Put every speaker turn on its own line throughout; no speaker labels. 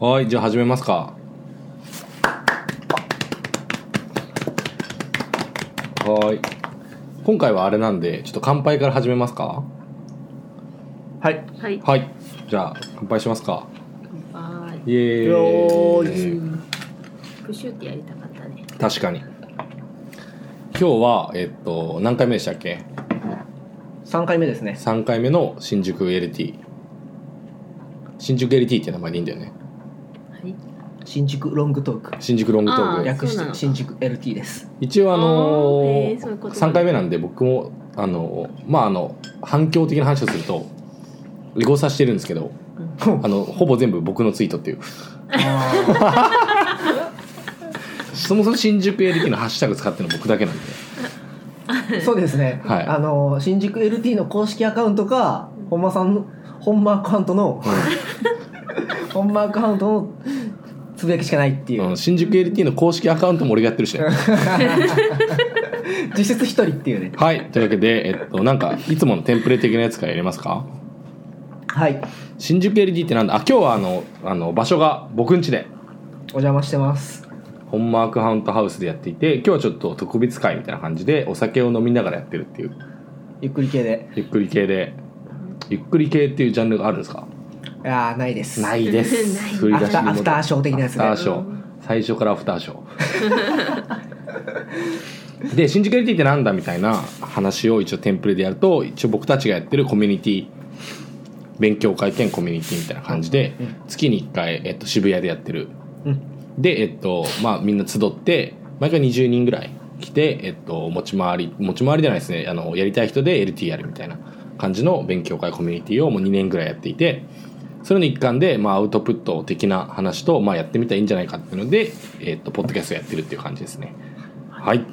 はいじゃあ始めますかはい今回はあれなんでちょっと乾杯から始めますか
はい。
はい。
はいじゃあ乾杯しますか
は
イエーイ
よ
ーい
ー。
プシュってやりたかったね。
確かに今日はえっと何回目でしたっけ
三回目ですね。
3回目の新宿 LT 新宿 LT って名前でいいんだよね
はい。
新宿ロングトーク。
新宿ロングトー
あ
ク
ー
略し
そうなの
て新
か
宿 LT です。
一応あの
あーへーそういうことね
3回目なんで僕もあのーまああの反響的な話をするとエゴサしてるんですけどあのほぼ全部僕のツイートっていうそもそも新宿 LT のハッシュタグ使ってるの僕だけなんで
そうですね。
はい
あの新宿 LT の公式アカウントか本間さんの本間アカウントの 本間アカウントのつぶやきしかないっていう
う。ん新宿 LT の公式アカウントも俺がやってる しね
実質一人っていうね。
はいというわけで、えっと、なんかいつものテンプレ的なやつからやりますか
はい。
新宿 LT ってなんだあ今日はあのあの場所が僕ん家で
お邪魔してます。
本マークハウントハウスでやっていて今日はちょっと特別会みたいな感じでお酒を飲みながらやってるっていう
ゆっくり系で。
ゆっくり系でゆっくり系っていうジャンルがあるんですか
いやーないです。。
ないいで
ない
す振り
ア
出
フ
しに
ター
戻
ア
る
フターショー的なやつ
アフター
ね。
ショー最初からアフターショー で新宿 LT ってなんだみたいな話を一応テンプレでやると一応僕たちがやってるコミュニティ勉強会兼コミュニティみたいな感じで月に1回、えっと、渋谷でやってる
うん。
でえっとまあみんな集って毎回20人ぐらい来て、えっと、持ち回り持ち回りじゃないですねあのやりたい人で LT やるみたいな感じの勉強会コミュニティをもう2年ぐらいやっていてそれの一環で、まあ、アウトプット的な話と、まあ、やってみたらいいんじゃないかっていうので、えっと、ポッドキャストやってるっていう感じですねはい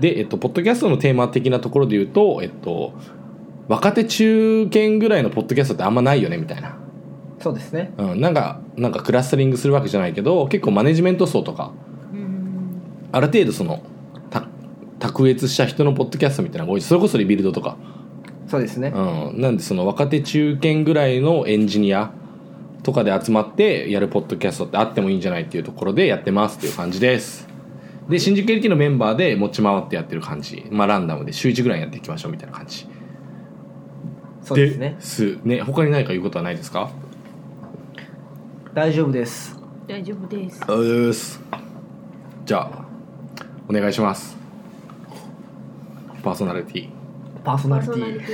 で、えっと、ポッドキャストのテーマ的なところで言うと、えっと、若手中堅ぐらいのポッドキャストってあんまないよねみたいな
そうですね。
うん、なんかなんかクラスタリングするわけじゃないけど結構マネジメント層とか
うん。
ある程度そのた卓越した人のポッドキャストみたいなのが多いそれこそリビルドとか、
そうですね。
うん、なんでその若手中堅ぐらいのエンジニアとかで集まってやるポッドキャストってあってもいいんじゃないっていうところでやってますっていう感じですで新宿 LT のメンバーで持ち回ってやってる感じまあランダムで週1ぐらいやっていきましょうみたいな感じ
そうですね。
すね他に何か言うことはないですか
大丈夫です。
大丈夫です。
うーすじゃあお願いしますパーソナリティ
パーソナリティ。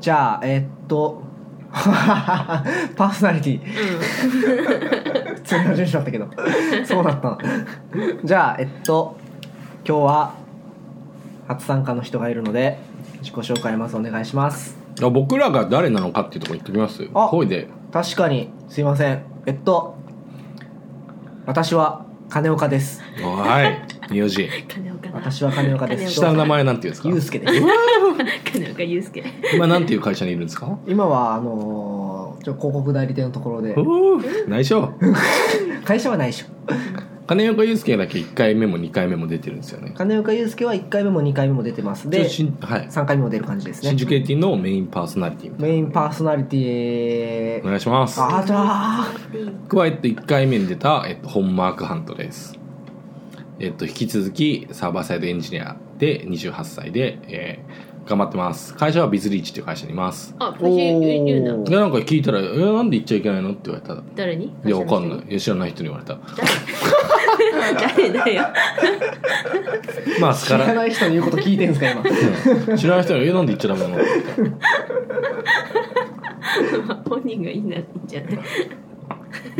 じゃあえーっと パーソナリティ普通の住所だったけどそうだったなじゃあえっと今日は初参加の人がいるので自己紹介まずお願いします
あ僕らが誰なのかっていうところ言ってきます
あ
声で
確かにすいませんえっと私は金岡です
はい名字
うん。金岡だ。
私は金岡です
下の名
前
前なんていうんですか
ゆうすけです
金岡祐介。
今なんていう会社にいるんですか
今はあのーちょ広告代理店のところで
おー内緒
会社はないでしょ
金岡祐介だけ1回目も2回目も出てるんですよね
金岡祐介は1回目も2回目も出てますで
ちょしんはい、
3回目も出る感じですね
新宿 AT のメインパーソナリティ
メインパーソナリティ
お願いします
あじゃあ
加えて1回目に出た、えっと、本マークハントです、えっと、引き続きサーバーサイドエンジニアで28歳で、えー頑張ってます会社はビズリーチっていう会社にいます
あ、私言うの
い。やなんか聞いたら「えなんで行っちゃいけないの?」って言われたい
誰に？
やわかんないいや知らない人に言われた
誰。誰だよ。
まあス
知
からら
ない人の言うこと聞いてるんですか今
うん知らない人に「えなんで行っちゃダメなの?」
本人がいいなって言っちゃって。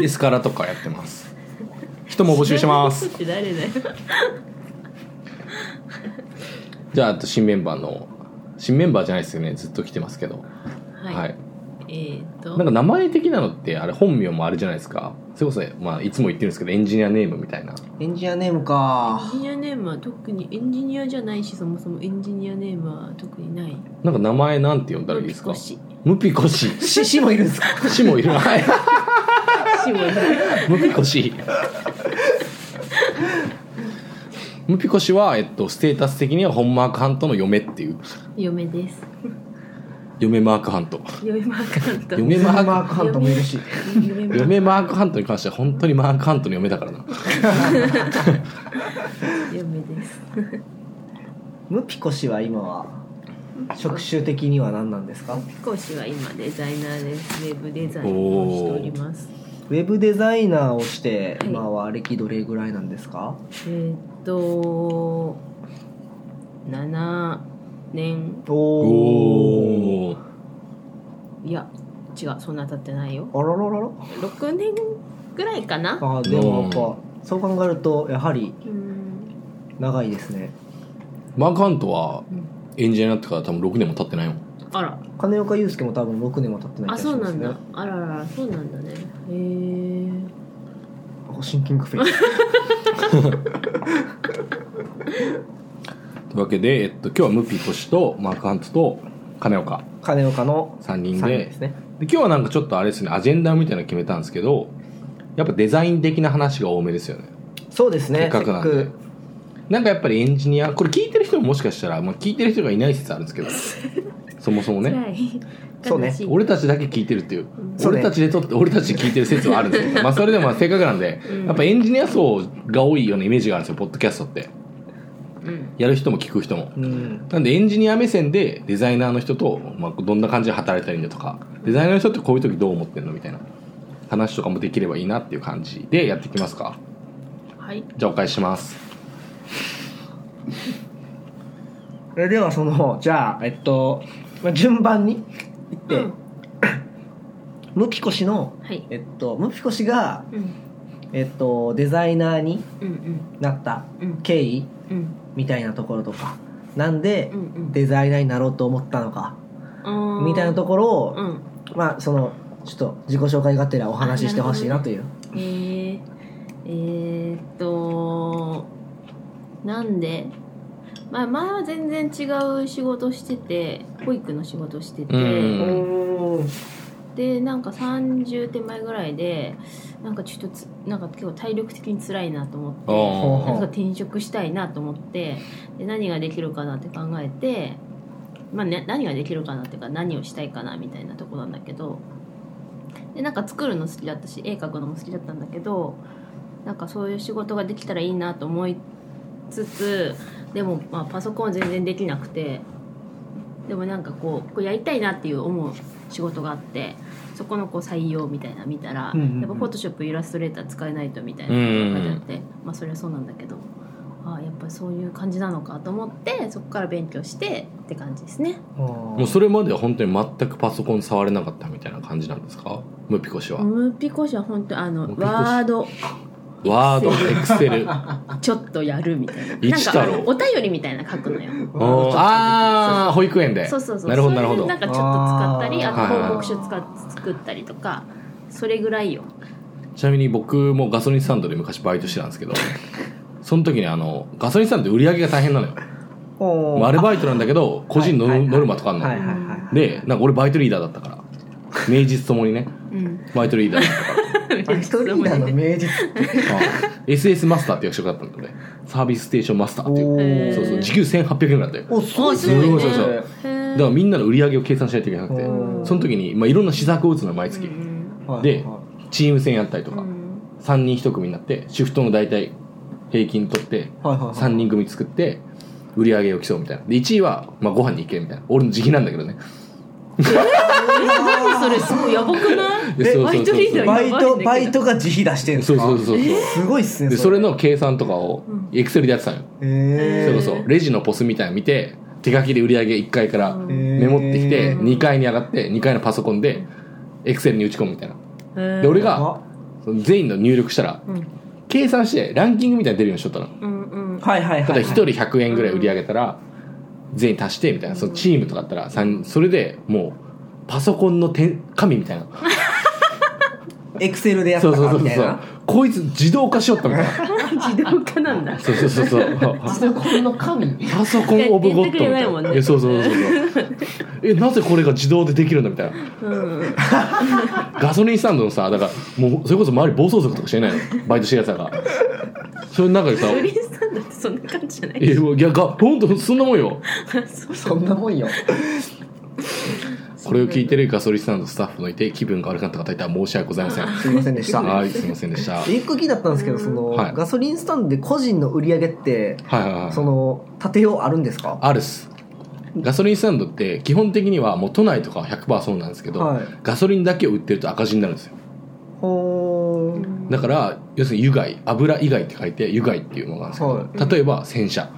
でスカラとかやってます人も募集してます
って誰だよ。
じゃああと新メンバーの新メンバーじゃないですよねずっと来てますけど
はい。
はい
えっと。
なんか名前的なのってあれ本名もあれじゃないですかそれこそ、まあ、いつも言ってるんですけどエンジニアネームみたいな
エンジニアネーム
エン
か
ジニアネームは特にエンジニアじゃないしそもそもエンジニアネームは特に ない
なんか名前なんて呼んだらいいですか
もう少し
ムピコシ
獅子もいるんですか
シもいるはい
死もいない
ムピコシムピコシは、えっと、ステータス的には本マークハントの嫁っていう
嫁です
嫁マークハント
嫁マークハント
嫁
マ
マーク
ークハントもいるし
嫁マー
嫁マークハントに関しては本当にマークハントの嫁だからな
ク嫁です
ムピコ氏は今は職種的には何なんですか
飛行士は今デザイナーですウェブデザインをしております
ウェブデザイナーをして
はい
今は歴どれぐらいなんですか、
えーっと7年
お
お
お
おー
いや違うそんな経ってないよ
あらららら
6年ぐらいかな
あーでもやっぱそう考えるとやはり
うん
長いですね
マークハントは
うん
エンジニアになってから多分6年も経ってないもん
あら
金岡祐介も多分6年は経ってない気
あ
がし
そう
ま
な
す
ん
ね
だあらららそうなんだねへえ
あシンキングフェイ ス
というわけで、えっと、今日はムピコシとマークハントと金岡
金岡の
3
3
人
人
で
ですね
で今日はなんかちょっとあれですねアジェンダみたいなの決めたんですけどやっぱデザイン的な話が多めですよね
そうです
せ
ね
っかくなんでなんかやっぱりエンジニアこれ聞いてる人ももしかしたら、まあ、聞いてる人がいない説あるんですけど そもそもね
辛い
そうね
悲しい
俺たちだけ聞いてるっていう
うん
そうね
俺たちで撮って俺たちで聞いてる説はあるんですけど、まあ、それでもまあせっかくなんで
うん
やっぱエンジニア層が多いようなイメージがあるんですよポッドキャストって
うん
やる人も聞く人も
うん
なんでエンジニア目線でデザイナーの人と、まあ、どんな感じで働いたらいいんだとかデザイナーの人ってこういう時どう思ってんのみたいな話とかもできればいいなっていう感じでやっていきますか
はい
じゃあお返しします
えではそのじゃあえっと、まあ、順番にいって、
うん
ムピコ氏の
はい
えっとムピコ氏が
うん
えっとデザイナーに
うん
なった
うんうん
経緯
うん
みたいなところとかなんで
うんうん
デザイナーになろうと思ったのか
うん
みたいなところを、
うん
まあそのちょっと自己紹介がてらお話ししてほしいなという
えー、えー、っとなんで、まあ、前は全然違う仕事してて保育の仕事してて、
うん
おー
でなんか30手前ぐらいでなんかちょっとつなんか結構体力的に辛いなと思って。
あ
なん
ー
か転職したいなと思ってで何ができるかなって考えて、まあね、何ができるかなっていうか何をしたいかなみたいなとこなんだけどでなんか作るの好きだったし絵描くのも好きだったんだけどなんかそういう仕事ができたらいいなと思いつつでも、まあ、パソコンは全然できなくてでもなんかこうこうやりたいなっていう思う仕事があってそこのこう採用みたいな見たら、
うんうんうん
やっぱフォトショップイラストレーター使えないとみたいな
うん
書いてあって、まあそれはそうなんだけどああやっぱりそういう感じなのかと思ってそこから勉強してって感じですね。
もうそれまでは本当に全くパソコン触れなかったみたいな感じなんですかムピコ氏は
ムーピコ氏は本当あの
ムーピコ氏
ワード
ワードエクセ ル
ちょっとやるみたいななん
一
か
太
あ
郎
のお便りみたいな書くのよ。
おーああ保育園で
そうそうそう
なるほどなるほ
そ
ど
ういうなんかちょっと使ったり
あ
あ
ー
と報告書使っ作ったりとかそれぐらいよ。
ちなみに僕もガソリンスタンドで昔バイトしてたんですけどその時にあのガソリンスタンドって売り上げが大変なのよ
お
まあア
ー
ルバイトなんだけど個人の
はいはいはい
ノルマとかあんの、
はいはいはいはい
でなんか俺バイトリーダーだったから名実ともにね
うん、
バイトリーダーだったから
バイトリーダーの名実
SS マスターって役職だったんだねサービスステーションマスターっていう
ー
そうそう時給1800円ぐらいだったよ
おす
ごい
すごいねそうそうそう
へー
だからみんなの売り上げを計算しないといけなくて
うん
その時に、まあ、いろんな施策を打つの毎月
うん
でチーム戦やったりと
う
か
ん
3人1組になってシフトの大体平均取って3人組作って売り上げを競うみたいなで1位は、まあ、ご飯に行けみたいな俺の時期なんだけどね
何それすごいやばくない
でそうそうそうそう
バイトリーダー
バイトバイトが自費出してるんで
そ
す
う
か
そうそうそう
すごいっすね
でそれの計算とかを
うん
エクセルでやってたのよそ
え
れ
ー
こそレジのポスみたいなの見て手書きで売り上げ1階から
うん
メモってきて
え
ー
2階に上がって2階のパソコンでエクセルに打ち込むみたいなで俺
ー
が
あ
その全員の入力したら
うん
計算してランキングみたいに出るようにしとったの
うんうん
はいはい
た
は
だ1
い
人100円ぐらい売り上げたら全員足してみたいなそのチームとかだったら三それでもうパソコンの手神みたいな
エクセルでやっ
そ
た
うそう
か
そう
みたい
そう
な
こいつ自動化しよった みたいな
自動化なんだ
そうそうそうそう
ソコンの神
パソコンオブゴッドみたい
やってくれないもん
な、
ね
えそうそうそうそう えなぜこれが自動でできるんだみたいな
うん
ガソリンスタンドのさだからもうそれこそ周り暴走族とか知らないのバイトしてるやつだからそれの中でさ
グリーンスタンドってそんな感じじゃない
えもういやが本当そんなもんよ
そう
そんなもんよ
これを聞いてるガソリンスタンドスタッフのいて気分が悪くなった方いたら申し訳ございません
すいませんでした
はいすいませんでしたはい
一個聞いたったんですけどその、
はい
ガソリンスタンドで個人の売り上げって
はいはい
その縦用あるんですか
あるっすガソリンスタンドって基本的にはもう都内とかは100%そうなんですけど、
はい
ガソリンだけを売ってると赤字になるんですよ
ほー
だから要するに油害油以外って書いて油害っていうものなんですけど、
は
例えば洗車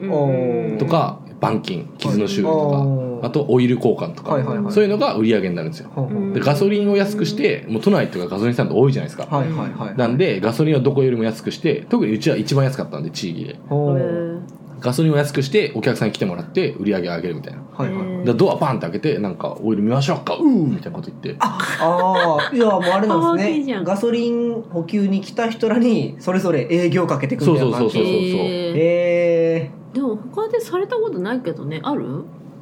おー
とか板金傷の種類
はい
と
おー
かあとオイル交換とか、
はいはいはい
そういうのが売り上げになるんですよ
は
うん
でガソリンを安くしてもう都内とかガソリンスタンド多いじゃないですか、
あはいはいはい
なんでガソリンはどこよりも安くして特にうちは一番安かったんで地域で
ほー
ガソリンを安くしてお客さんに来てもらって売り上げ上げるみたいな
はいはい
だからドアパンって開けてなんかオイル見ましょうかうーみたいなこと言って
ああいやもうあれなんで
あーいい
す
じゃ
ね
ん
ガソリン補給に来た人らにそれぞれ営業かけてくるみたいな感じ
そうそうそう
え
でも他でされたことないけどねある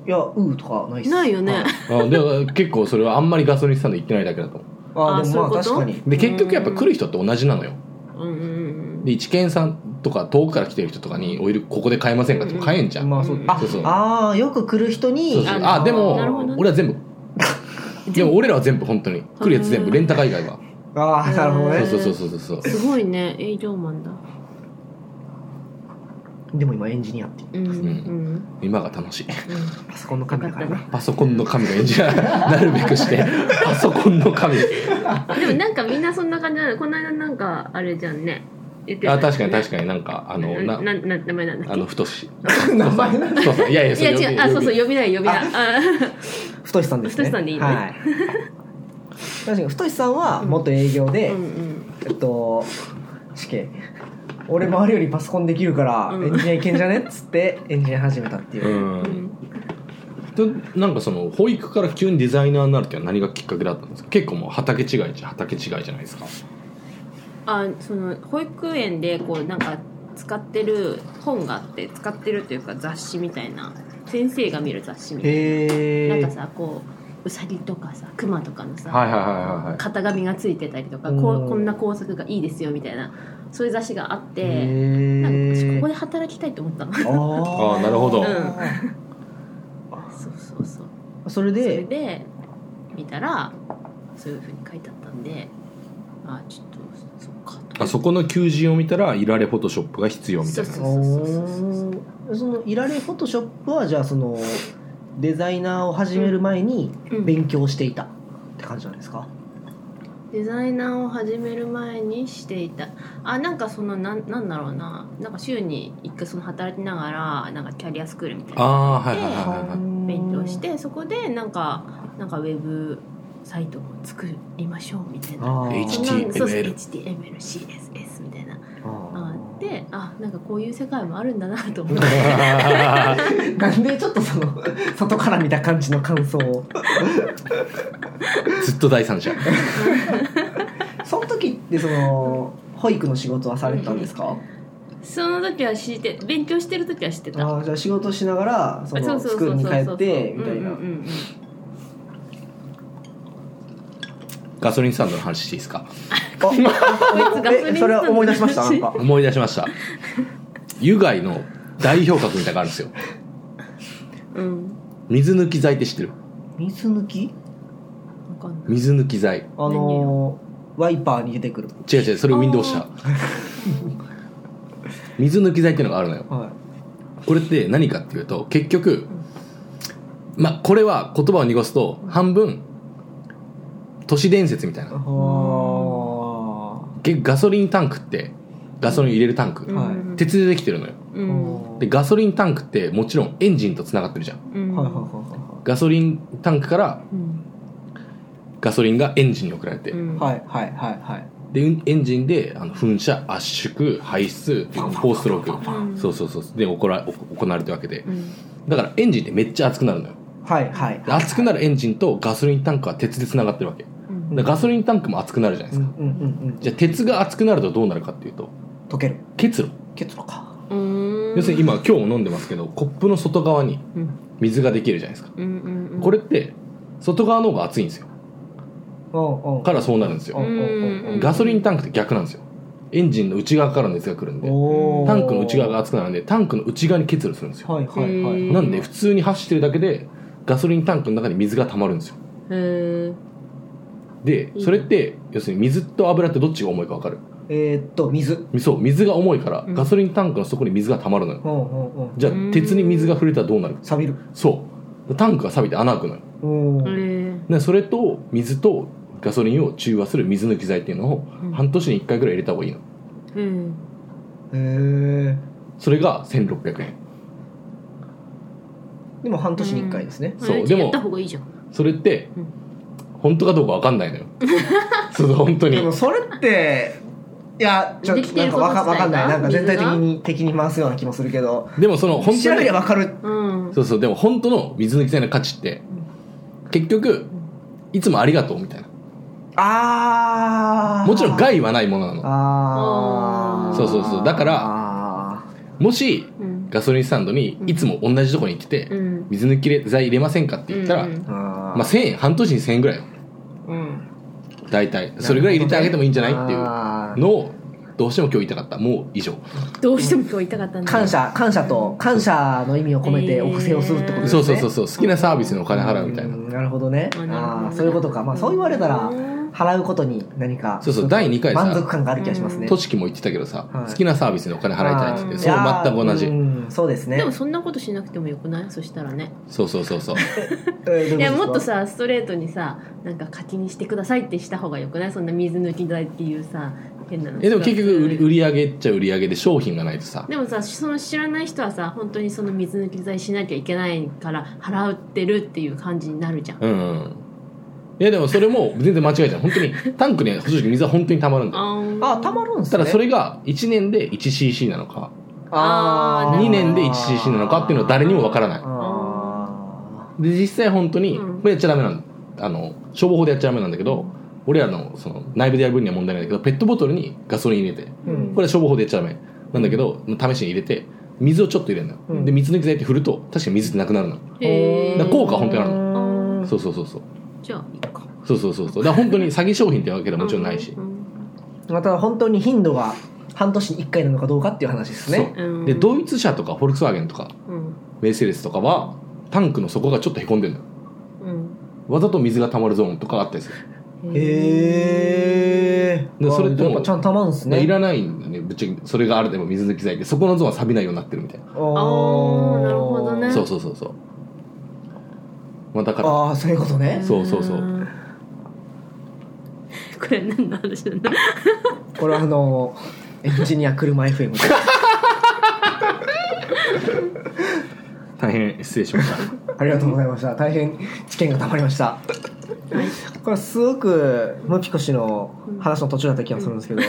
ー、いやうーとかないっす
ないよね
はい
あだから結構それはあんまりガソリンスタンド行ってないだけだと思
あ
あ
ーでもまあ
そうい
確か
うこと
に
うで結局やっぱ来る人って同じなのよ
うんうん
で一見さんとか遠くから来てる人とかにオイルここで買えませんかって買えんじゃん、
まあそう
うん
あ
そうそう
あーよく来る人に
そうそう
あ
あでも
なるほどね
俺は全部 でも俺らは全部本当に来るやつ全部レンタカー以外は
ああなるほど
へ
そう
ね
ー
そうそうそうそう
うんすごいね営業マンだ
でも今エンジニアって
うんうん
ん
うん
今が楽しい
パソコンのカメラからな
パソコンの神がエンジニア なるべくしてパソコンの神
でもなんかみんなそんな感じなのこの間なんかあれじゃんね言ってた
あ確かに確
か
かになんかあ
あ
のな
なな名前なんだっ
あ
け
の太し
名前なんだ
そうそういやいや
いや違うあそうそう
う
呼びない呼びないあ
太さんですね
太さんでいいね
はい確かに太さんは元営業
う
で、
んうん
えっと死刑俺周りよりパソコンできるから
うん
エンジニアいけんじゃねっつってエンジニア始めたっていう、
うんん
となんかその保育から急にデザイナーになるっていうのは何がきっかけだったんですか結構もう畑違いじゃ畑違いじゃないですか
あその保育園でこうなんか使ってる本があって使ってるというか雑誌みたいな先生が見る雑誌みたい
へ
な
え
なんかさこううさぎとかさ熊とかのさ、
はいはいはいはいはい
型紙がついてたりとか
うん
こうこんな工作がいいですよみたいなそういう雑誌があって、なんか私ここ
へ
で働きたいと 思ったの
えあ
あーなるほど
そうそうそう
それ
それ
で
で見たらそういうふうに書いてあったんであちょっとそっかと
あそこの求人を見たらいられフォトショップが必要みたいな
そう
お
そうそうそうそう
ーそのいられフォトショップはじゃあそのデザイナーを始める前に
うん
勉強していたって感じなんですか、
デザイナーを始める前にしていたあなんかそのなんなんだろうななんか週に一回その働きながらなんかキャリアスクールみたい
あ
な
あはいはいはいはいはい
勉強してそこでなんかなんかウェブサイトを作りましょうみたいな
あー
そんな
HTML
そうそう HTMLCSS みたいなあであなんかこういう世界もあるんだなと思って
なんでちょっとその外から見た感じの感想を
ずっと第三者
その時ってその保育の仕事はされてたんですか、
その時は知って勉強してる時は知ってた
あーじゃあ仕事しながらそ
あそう
のス
そうそう
クール
そう
に
そう
帰ってみたいな、
うんうんうんうん
ガソリンスタンドの話していいですか
こいつガソリンスタン
え
ド
それは思い出しました なんか
思い出しました湯外の代表格みたいなのがあるんですよ
うん
水抜き剤って知ってる
水抜き
わかんない
水抜き剤
あのー、ワイパーに出てくる
違う違うそれウィンドウ社水抜き剤っていうのがあるのよ
は
これって何かっていうと結局まあこれは言葉を濁すと半分都市伝説みたい
い
な
は
結局ガソリンタンクってガソリン入れるタンク、
はい
うん
鉄でできてるのよ
う
あ
ん
でガソリンタンクってもちろんエンジンとつながってるじゃん
うん
はいはいは
ガソリンタンクから
うん
ガソリンがエンジンに送られて、
うん
いはいはいはいはい
でうんエンジンであの噴射圧縮排出フォーストロー
うん
クそうそうそうで行ら行われてるわけで
うん
だからエンジンってめっちゃ熱くなるのよ
はいはい
で熱くなるエンジンとガソリンタンクは鉄でつながってるわけ
うん
でガソリンタンクも熱くなるじゃないで
う
す
ん
か、
うんうん
じゃあ鉄が熱くなるとどうなるかっていうと
うん溶ける
結露
結露か
うん
要するに今今日も飲んでますけどコップの外側に
うん
水ができるじゃないですか
うんうんうん
これって外側の方が熱いんですよ
うんうん
からそうなるんです
う
よ
んうんうん
ガソリンタンクって逆なんですよエンジンの内側から熱が来るんで
おー
タンクの内側が熱くなるんでタンクの内側に結露するんですよ
はいはいはい
うん
なんで普通に走ってるだけでガソリンタンクの中に水が溜まるんですよ
へ
で
いい
それって要するに水と油ってどっちが重いか分かる
えーっと水
そう水が重いから
うん
ガソリンタンクの底に水が溜まるのよ、
うんうんうん
じゃあ
うん
鉄に水が触れたらどうなる
錆びる
そうタンクが錆びて穴開くのよ
お
え
ー
でそれと水とガソリンを中和する水抜き剤っていうのを
うん
半年に1回ぐらい入れた方がいいの
うん
へえ
それが1600円
でも半年に1回ですね
そう
え
でも
やった方がいいじゃん
それって
うん
本当かどうか分かんないの よそう本当に
でもそれっていやちょっ
で
と
きて
なん
る
か
こと
わかわかんないな
自体が
んか全体的
水
に敵に回すような気もするけど
でもその本
調
当
べ
に
りゃわかる
うん
そうそうでも本当の水抜き剤の価値って結局いつもありがとうみたいな
ああ
もちろん害はないものなの
ああ
そうそうそうだから
ら
もし
うん
ガソリンスタンドにいつも同じとこに行ってて
うん
水抜き剤入れませんかって言ったら、
うん
ま
まあ、1000円半年に1000円ぐらいよ
うん
大体それぐらい入れてあげてもいいんじゃないっていう
いう
のをどうしても今日言いたかったもう以上
どうしても今日痛かったんだ
感謝感謝と感謝の意味を込めてお布施をするってことです
そ
ね
うそうそうそう好きなサービスにお金払うみたいな
うんなるほどね
あなるほどね
ああそういうことかまあそう言われたら
うん
払うことに何か
そうそう第2回さ
満足感がある気がしますね
としきも言ってたけどさ、
はい
好きなサービスにお金払いたいって言って
あー
そう全く同じ、
同じそうですね
でもそんなことしなくてもよくないそしたらね
そうそうそうそう
えーどうう
いやもっ
ことですか
さストレートにさなんか課金してくださいってした方がよくないそんな水抜き代っていうさ変なの
えでも結局売り売り上げっちゃ売り上げで商品がないとさ
でもさその知らない人はさ本当にその水抜き剤しなきゃいけないから払ってるっていう感じになるじゃん、
うん、うん、いやでもそれも全然間違いじゃん本当にタンクに正直水は本当に溜まるんだよ
あ
あたまるんす
た
ね
だそれが1年で 1cc なのか
あー
2年で 1cc なのかっていうのは誰にもわからない
あ
で実際本当に
うん
これやっちゃダメなんあの消防法でやっちゃダメなんだけど俺らのその内部でやる分には問題ないんだけどペットボトルにガソリン入れて
ーうん
これは消防法でやっちゃダメなんだけど試しに入れて水をちょっと入れるのよ、
うん
で水抜き剤って振ると確かに水ってなくなるの
へ
だか
え
ら効果は本当にある
の
そうそうそうそう
じゃあいいか
そうそうそうそうだから本当に詐欺商品ってわけではもちろんないし
う、ん
また本当に頻度が半年に1回なのかどうかっていう話ですね
そうでドイツ車とかフォルクスワーゲンとか
うん
メルセデスとかはタンクの底がちょっとへこんでるのよ
うん
わざと水が溜まるゾーンとかあったりする
へえ
でそれとも
やっぱちゃんとたまるんすね
いらないんだねぶっちゃけそれがあるでも水抜き剤ってそこのゾーンは錆びないようになってるみたいな、
あ
あーなるほどね
そうそうそうそうまあだから
ああそういうことね
そうそうそうん
これ何の話なんだ
これはあのエンジニア車 FM
大変失礼しました
ありがとうございました大変知見がたまりましたこれすごくムピコ氏の話の途中だった気がするんですけど
あ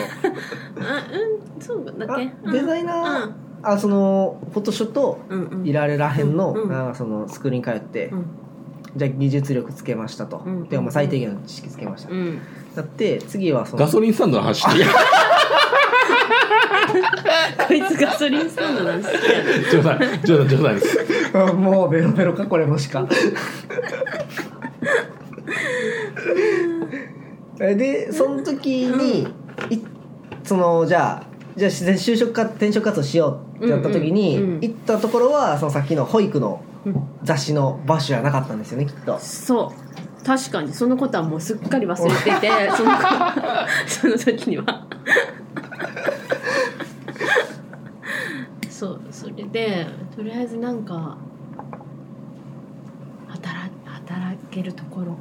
うんそうだっけ
あデザイナーあそのフォトショーと
うんうん
いられらへんの
うんうん
なんかそのスクールに通って
うん
じゃあ技術力つけましたと
うん
でまあ最低限の知識つけました
うん
だって次はその
ガソリンスタンドの話
こいつガソリンスタンドなんです好きや
冗談
な
冗談冗談です
あもうベロベロかこれもしかえでその時にいそのじゃあじゃあ自然就職か転職活動しようってやった時に、
うんうんうん
行ったところはそのさっきの保育の
うん
雑誌の場所じゃなかったんですよねきっと
そう確かにそのことはもうすっかり忘れてて そのその時にはそうそれでとりあえずなんか働働けるところ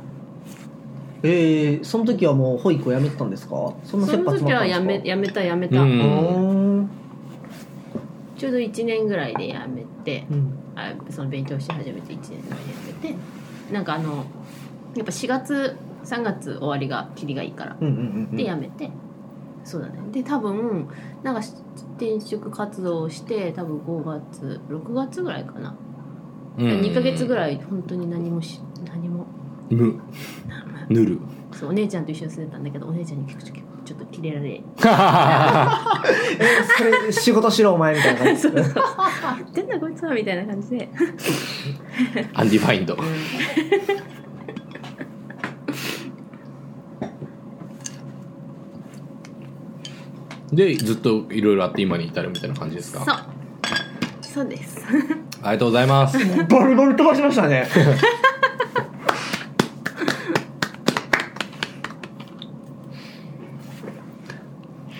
ええその時はもう保育を辞めてたんですかそんな
そ
切羽
の時
詰ま
は
った
や
んで
め
すか
やめたやめた、
うん
うーん
ちょうど1年ぐらいでやめて
うん
あその勉強し始めて1年ぐらいでやめてなんかあのやっぱ4月3月終わりが霧がいいから
うんうんうん
で辞めて、そうだねで多分なんかし転職活動をして多分5月6月ぐらいかな、2ヶ月ぐ
い
らい本当に何もし何も
ぬぬる
そうお姉ちゃんと一緒に住んでたんだけどお姉ちゃんに聞くときちょっとキレられ
えそれ仕事しろお前みたいな感 じ
「出んなこいつは」みたいな感じで
アンディファインドでずっといろいろあって今に至るみたいな感じです
そう
か
そうです
ありがとうございます。
バリバリ飛ばしましたね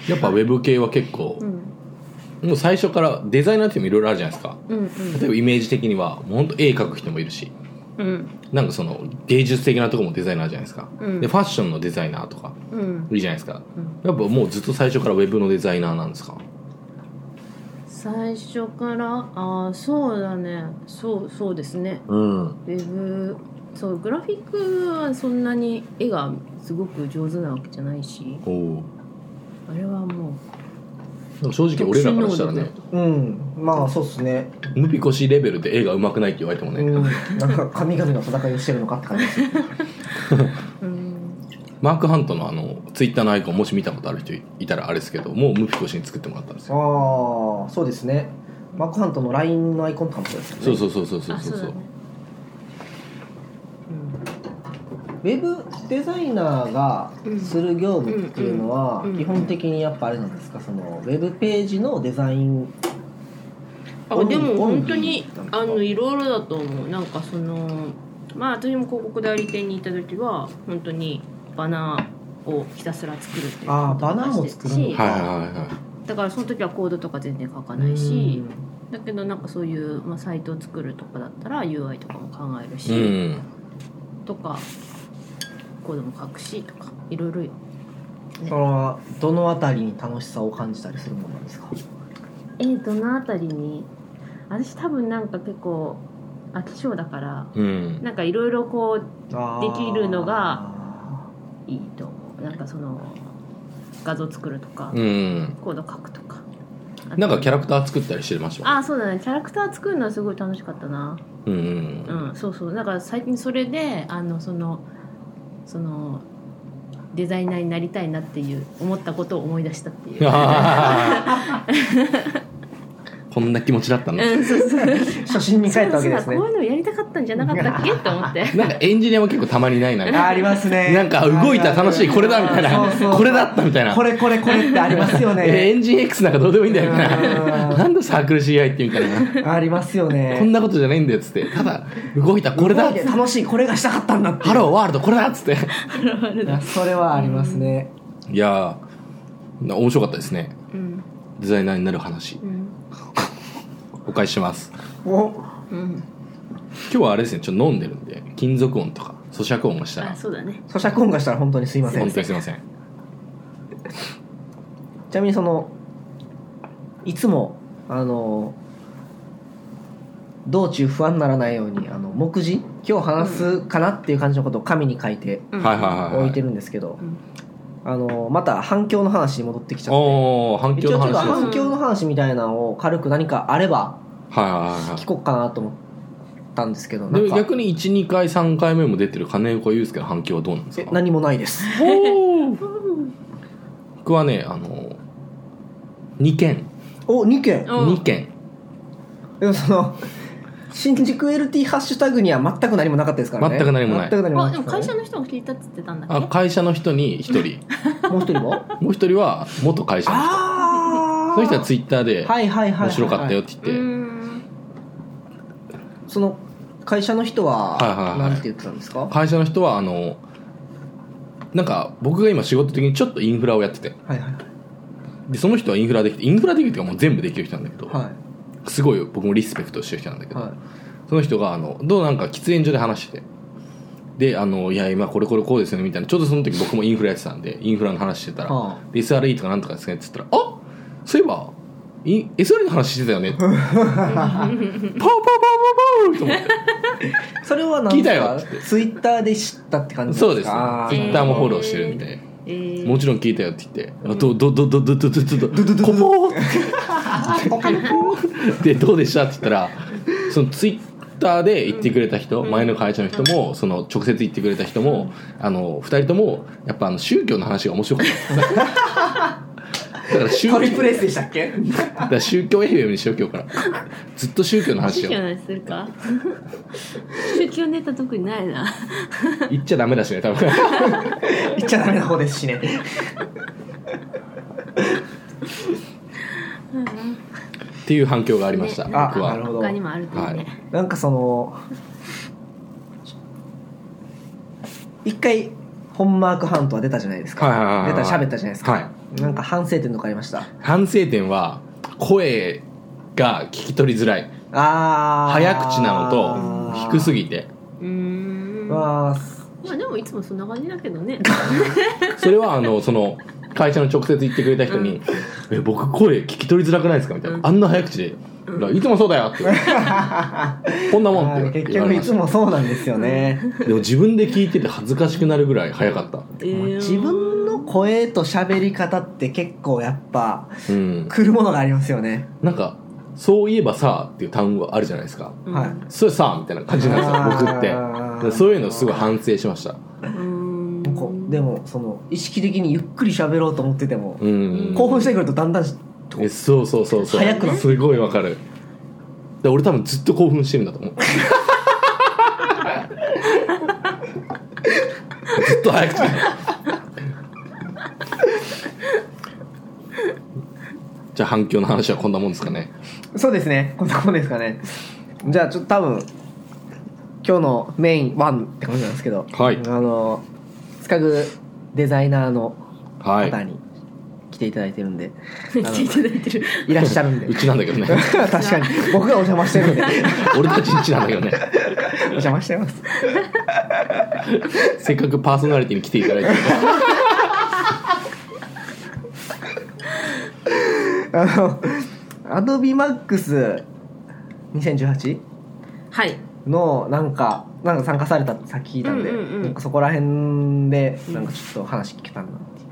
やっぱウェブ系は結構、
うん
もう最初からデザイナーっていうのもいろいろあるじゃないですか。
うん
例えばイメージ的には、もう本当絵描く人もいるし、
うんうん
なんかその芸術的なとこもデザイナーじゃないですか。
うん
で、ファッションのデザイナーとか、
うん
いいじゃないですか。
うん
やっぱもうずっと最初からウェブのデザイナーなんですか。
最初からああそうだねそうそうですね
うん。
ウェブそうグラフィックはそんなに絵がすごく上手なわけじゃないし
おお。
あれはもう
でも正直俺らからしたら
特殊能
ね
力、
うんまあそうっすね
ムピコシレベルで絵が上手くないって言われてもね、
うん、なんか神々の戦いをしてるのかって感じです
うん
マーク・ハントのあのツイッターのアイコンもし見たことある人いたらあれですけどもうムピコシに作ってもらったんですよ
ああそうですねマックハントの LINE のアイコンとかもそうですよね
そうそうそうそうそう
あ
そう
そう
そう
だね
ウェブデザイナーがする業務っていうのは
うんうん
基本的にやっぱあれなんですかそのウェブページのデザイン
あ
オン
でも本当に
オンリーだった
あ
のか
のいろいろだと思うなんかそのまあ私も広告代理店にいた時は本当にバナーをひたすら作るっていう
あー
ことを
バナーも
出して
作るの
は
か
いはいはいはい
だからその時はコードとか全然書かないしだけどなんかそういう、まあ、サイトを作るとかだったら UI とかも考える
う
し、
ん
とかコードも書くしとかいろいろよ
そのどのあたりに楽しさを感じたりするものなんですか
えー、どのあたりに私多分なんか結構飽き性だから
うん
なんかいろいろこう
あ
で
ー
きるのがいいと思うなんかその画像作るとか、
うん
コード書くとか
なんかキャラク
ー
ター作ったりしてましたよ
あそうだねキャラクター作るのはすごい楽しかったな
うんう
うんんそうそうだから最近それであのそのそのデザイナーになりたいなっていう思ったことを思い出したっ ていう、
こんな気持ちだったの
うん、そうそう
初心に帰ったわけですね
そうだそうだこういうのやりたかったんじゃなかったっけと思 って
なんかエンジニアも結構たまにないな
あーありますね
なんか動いた楽しいこれだみたい
そうそう
なこれだったみたいな
これこれこれってありますよ
えーエ
ね
ンジン X なんかどうでもいいんだよみたい
うん
ななんでサークル CI っていうかな
ありますよね
こんなことじゃないんだよっつってただ動いたこれだ
動いて楽しいこれがしたかったんだって
ハローワールドこれだっつって
いやそれはありますね
いやーな面白かったですね
うん
デザイナーになる話
うん
お返しします
お
うん
今日はあれですねちょっと飲んでるんで金属音とか咀嚼音がしたら
あそうだね
咀嚼音がしたら本当にすいません
本
ち
当にすいません
なみにそのいつもあの道中不安にならないようにあの目次今日話すかなっていう感じのことを紙に書いて
うん
はいはいはい、
置
はい
て
い、
るんですけど、
うん
あのまた反響の話に戻ってきちゃって
おお反
一
響
応
の
ちょっと
話です
反響の話みたいなのを軽く何かあれば
はいはいはい
聞こっかなと思ったんですけどな
で
んか
逆に12回3回目も出てる金岡祐介の反響はどうなんです
え
か
何もないです
おー僕はねあの2件
お2件
うん
2件
でもその新宿 LT ハッシュタグには全く何もなかったですからね
全く何もない
全く何も
あ
な
で
かっ
も
た
会
す
社
か
の人も聞いたっつってたんだっ
あ
け
会社の人に1人
らねもう一人も
もう1人は元会社の人
ああ
その人はツイッターで
はいはいはいはい
面白かったよって言って、
うーん
その会社の人は
はいはいはい
なんて言ってたんですかは
会社の人はあのなんか僕が今仕事的にちょっとインフラをやってて
いはい
でその人はインフラできてインフラできるっていうかもう全部できる人なんだけど、
は
すごい僕もリスペクトしてる人なんだ
い
けど、
は
その人があのどうなんか喫煙所で話しててであの「いや今これこれこうですよね」みたいなちょうどその時僕もインフラやってたんでインフラの話してた
い
ら「
は
で SRE とかなんとかですね」っつったら「あそういえばい SRE の話してたよね」パーパーパーパーパーパーと思って
あそれは
聞
何
いたよ
か
っつって
ツイッターで知ったって感じ
そうですね
あ
ツイ
ー
ッターもフォローしてるんで。
えー
もちろん聞いたよって言って、あどどどどどどどどどどこぼーって でどうでしたって言ったら、そのツイッターで言ってくれた人、前の会社の人もその直接言ってくれた人も、あの二人ともやっぱあの宗教の話が面白か ったです。だから宗
トリプ
教
レスでしたっ け
だから宗教 FM にしよう今日からずっと宗教の
宗
話を
教の話するか 宗教ネタ特にないな
言っちゃダメだしね 多分
言っちゃダメな方ですしね
っっていう反響がありました、
ね
あ
僕
なるほ
は
ど
他にもあるといいね、
なんかその一回本マークハントは出たじゃないですか、
はいはいはいはい
出た喋ったじゃないですか、
は
なんか反省点とかありました
反省点は声が聞き取りづらい
あー
早口なのと低す
ぎ
ぎて
うーんま
わー
あでもいつもそんな感じだけどね
それはあのその会社の直接言ってくれた人に「え僕声聞き取りづらくないですか?」みたいな
う
「
ん
あんな早口で」
うん
だからいつもそうだよ」って「こんなもん」
あー
って
結
言わ
局
れ
い
まし
つ
た
もそうなんですよね、
でも自分で聞いてて恥ずかしくなるぐらい早かった
えー
自分の声と喋り方って結構やっぱ
うん
来るものがありますよね
なんか「そういえばさ」っていう単語あるじゃないですか
うん
はい
「それさ」みたいな感じなんですよ僕って
あ
で
ー
そういうのすごい反省しました
うーん
なんかでもその意識的にゆっくり喋ろうと思ってても、
うん
興奮してくるとだんだん
えそうそうそうそう
早くなる
すごいわかるで俺多分ずっと興奮してるんだと思うずっと早口じゃあ反響の話はこんなもんですかね
そうですねこんなもんですかねじゃあちょっと多分今日のメインワンって感じなんですけど、
はい
あの塚具デザイナーの
は
方
い
に来ていただいてるんで、あの
聞いていただいてる
いらっしゃる んで
うちなんだけどね
確かに僕がお邪魔し てるんで
俺たちんちなんだけどね
お邪魔してます
せっかくパーソナリティに来ていただいてるから
あの AdobeMax2018
はい
のなんかなんか参加されたってさっき聞いたんで、
うんうんうん
なんかそこら辺でなんかちょっと話聞けたんだっていう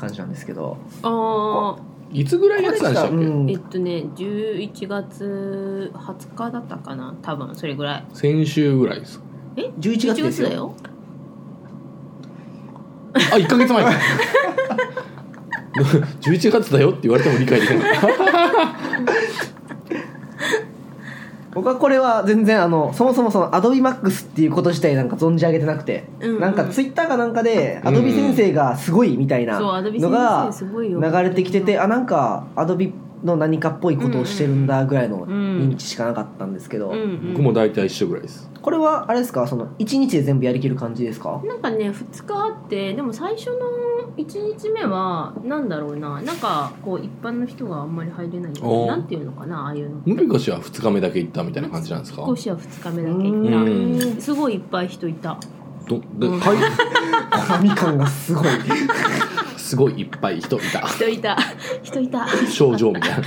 感じなんですけど、
あ
いつぐらいやってたんでしたっけ、
うん
ーえっとね11月20日だったかな多分それぐらい
先週ぐらいです
え
11月ですよ
だよ
あ一ヶ月前か 11月だよって言われても理解できない
僕はこれは全然あのそもそもその AdobeMax っていうこと自体なんか存じ上げてなくて、
うんうん
なんかツイッターかなんかで
うん
Adobe 先生がすごいみたいな
そうアドビ
の
先
が
生すごいよ
流れてきててあなんか Adobe の何かっぽいことをしてるんだぐらいの
うん
認知しかなかったんですけど、
うんうん
僕も大体一緒ぐらいです
これはあれですかその1日で全部やりきる感じです か
なんかね2日あってでも最初の1日目はなんだろうななんかこう一般の人があんまり入れない
おー
なんていうのかなああいうの
ムビコ氏は2日目だけ行ったみたいな感じなんですか
少しは2日目だ
う
け行っ
ん
たすごいいっぱい人いた
どではい
神感がすごい
すごいいっぱい人い た
人いた人いた
症状みたいな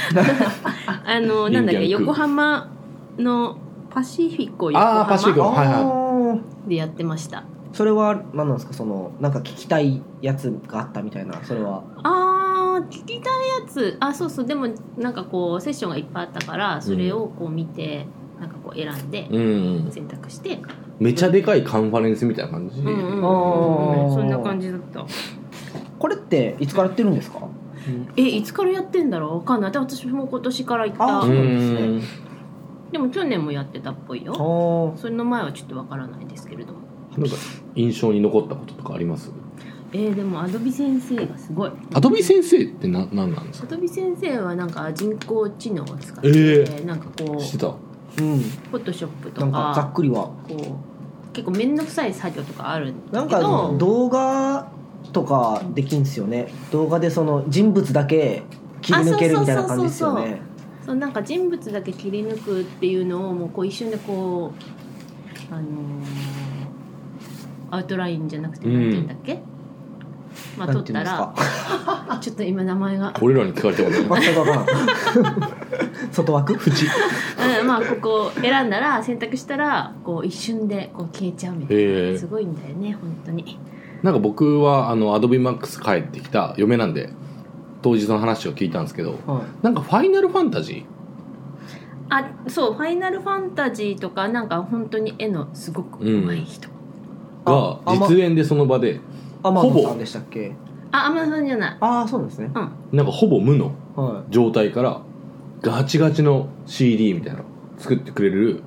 あのなんだっけ
人間食う
横浜のパシフィコ横
あーパシフィコ
浜
はいはい
あ
でやってました
ーそれは何なんですかそのなんか聞きたいやつがあったみたいなそれは
あー聞きたいやつあそうそうでもなんかこうセッションがいっぱいあったからそれをこう見て、なんかこう選んで
うん
選択して
めちゃでかいカンファレンスみたいな感じ、
うんうんうん
あー
そんな感じだった
これっていつからやってるんですか
えいつからやってんだろうわかんないで私も今年から行った
あ
うん
うん
でも去年もやってたっぽいよ
お
それの前はちょっとわからないですけれども
なんか印象に残ったこととかあります
えー、でもアドビ先生がすごい
アドビ先生ってな何なんです
ア
か
ドビ先生はなんか人工知能を使って、
え
なんかこ
知って
う
た
うん
フォトショップと
な
か
んかざっくりは
こう結構面倒くさい作業とかあるん
な
だ
ん
け
か
ど
動画とかできんすよね動画でその人物だけ切り抜けるみたいな感じですよ
あそう
ね
そうなんか人物だけ切り抜くっていうのをもうこう一瞬でこうあのーアウトラインじゃなくて
うん
何て言うんだっけ、まあ
な
撮
ん
って
いうんです
たら
か
ちょっと今名前が、
俺らに聞かれても ない
全くわから ん外枠縁
うん、まあここ選んだら選択したらこう一瞬でこう消えちゃうみたいな、
え
すごいんだよね本当に
なんか僕はあのアドビマックス帰ってきた嫁なんで当日の話を聞いたんですけど
はい
なんかファイナルファンタジ
あそう「ファイナルファンタジー」とかなんか本当に絵のすごく上手い人、
ーが
ああんま
実演でその場で
アマゾ
ほ
ン
ぼ
さんでしたっけ
ああんまそうじゃない
ああそうなんですね
うん
なんかほぼ無の
は
状態からガチガチの CD みたいなの作ってくれる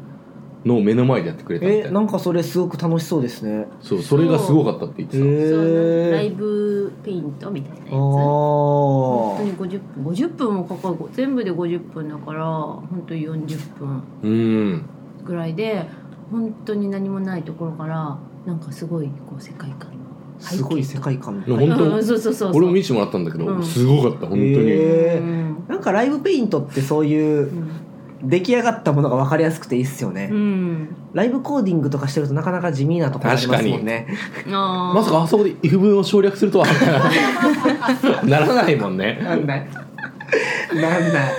の目の前でやってくれたみたい
え
な
なんかそれすごく楽しそうですね
そうそれがすごかったって言って
へ
た
え
そうライブペイントみたいなやつ
あ
本当
ー
に50分50分もかかる全部で50分だから本当に40分
うん
ぐらいで本当に何もないところからなんかすごいこう世界観の背景
すごい世界観
の本
う
当
んそうそうそうそう
俺も見せてもらったんだけど、
うん
すごかった本当に、
へえ
うん
なんかライブペイントってそういう出来上がったものが分かりやすくていいっすよね、
うん
ライブコーディングとかしてるとなかなか地味なとこありますもんね
あー
まさかあそこで if 文を省略するとはならないもんね
なんないなんない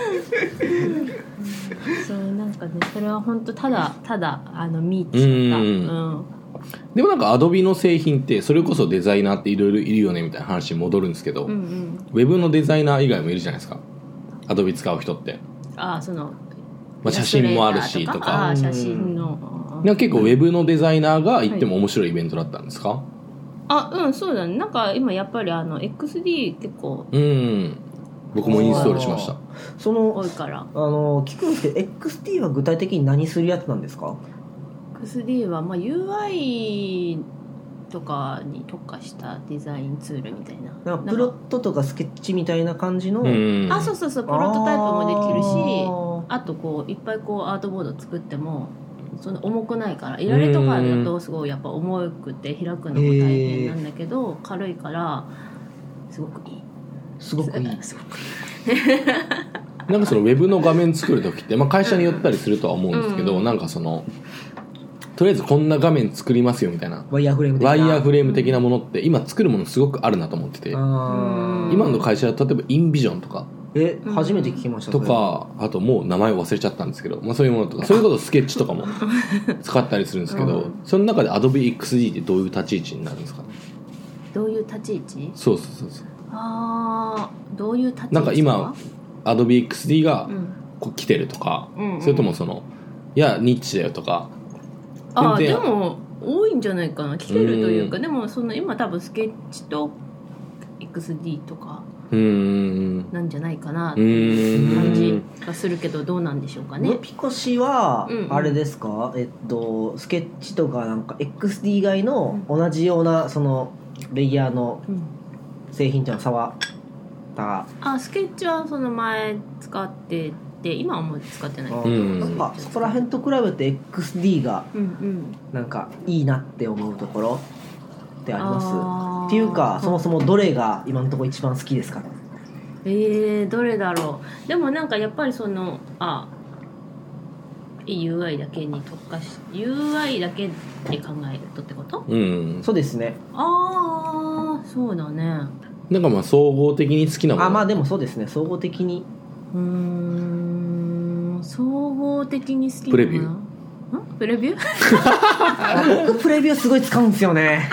そうなんかねそれは本当ただただあの見入ってしまったうん
でもなんか Adobe の製品ってそれこそデザイナーっていろいろいるよねみたいな話に戻るんですけど、
うんうん
ウェブのデザイナー以外もいるじゃないですか Adobe 使う人って、
あーその
まあ、写真もあるし
イラ
と
ストレーター
か
あー写真の
なんか結構ウェブのデザイナーが行っても面白いイベントだったんですか、
あうんそうだねなんか今やっぱりあの XD 結構
うん僕もインストールしました
その
多いから
あの聞くんですけど XT は具体的に何するやつなんですか
XD はまあ UI とかに特化したデザインツールみたいな
なんかプロットとかスケッチみたいな感じの、
うん
あそうそうそうプロトタイプもできるし
あ
あとこういっぱいこうアートボード作ってもその重くないからいられとかだとすごいやっぱ重くて開くのも大変なんだけど軽いからすごくいい
ーすごくいい
すごくいい
なんかそのウェブの画面作る時って、まあ、会社によったりするとは思うんですけど、
うんうん
なんかそのとりあえずこんな画面作りますよみたいな
ワイヤーフレーム的な
ワイヤーフレーム的なものって今作るものすごくあるなと思ってて
あ
今
ー
うん
の会社だと例えばインビジョンとか
え
うん
初めて聞きました
とかあともう名前忘れちゃったんですけど、まあ、そういうものとかそれこそスケッチとかも使ったりするんですけど、
うん
その中で AdobeXD ってどういう立ち位置になるんですかね
どういう立ち位置
そうそうそうそう
あーどういう立ち位置
なんか今 AdobeXD が
うん
こう来てるとか、
うんうん
それともそのいやニッチだよとか
あー
全
で
然
も多いんじゃないかな来てるというか
う
でもその今多分スケッチと XD とか
うーん
なんじゃないかなっ
う
ていう感
ー
じ
ん
がするけどどうなんでしょうか
ね
ね
ピコ氏は
うんうん
あれですか、えっとスケッチとかなんか XD 以外の同じようなそのレイヤーの
うん
製品っていうのは触った
あスケッチはその前使ってて今はもう使ってないけど
うん
やっぱそこら辺と比べて XD が
うんうん
なんかいいなって思うところってありま
あ
す
ー
っていうかそもそもどれが今のところ一番好きですか
えー、どれだろうでもなんかやっぱりそのあ UI だけに特化し UI だけで考えるとってこと
うん
そうですね
ああそうだね
なんかまあ総合的に好きなもの
あまあでもそうですね総合的に
うーん総合的に好きなの
プレビュー
んプレビュー
あ僕プレビューすごい使うんですよね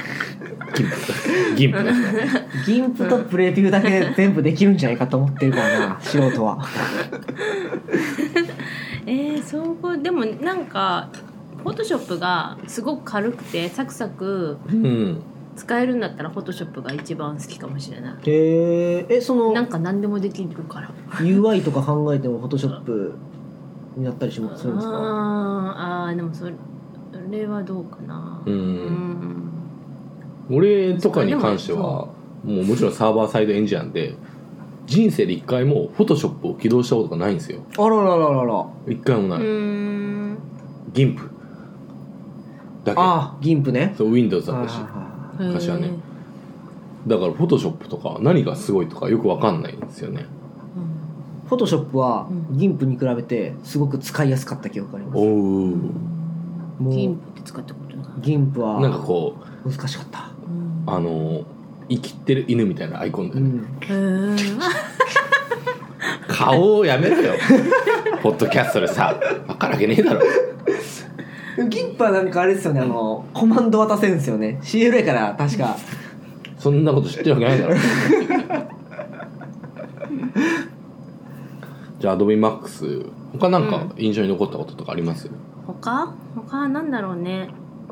ギ ンプですね
銀プとプレビューだけで全部できるんじゃないかと思ってるからな素人は
えー、総合でもなんかフォトショップがすごく軽くてサクサク
うん
使えるんだったらフォトショップが一番好きかもしれない
へええそ
な
の
んか何でもできるから
UI とか考えてもフォトショップになったりしまするんですか
あーあーでもそれそれはどうかな
うん
ん
俺とかに関してはもうもちろんサーバーサイドエンジニアなんで人生で一回もフォトショップを起動したことがないんですよ
あららららら
一回も
う
ない、
ん
ギンプだけ
あ銀プね
そう Windows だ
は
っ
い
たし
は
昔はねだからフォトショップとか何がすごいとかよくわかんないんですよね
いはいフォトショップは
うん
銀プに比べてすごく使いやすかった記憶があります
お
も
金
う
プって使ったことない、
銀プ
なんか
は
こう
難しかった
うん
あの生きてる犬みたいなアイコンだ
う
よね、
ん
へー
顔をやめろよ ポッドキャストでさ分かるわけねえだろ
銀プはなんかあれですよねあのコマンド渡せるんですよね CLA から確か
そんなこと知ってるわけないだろ じゃあ AdobeMax 他なんか印象に残ったこととかあります、
他他なんだろうね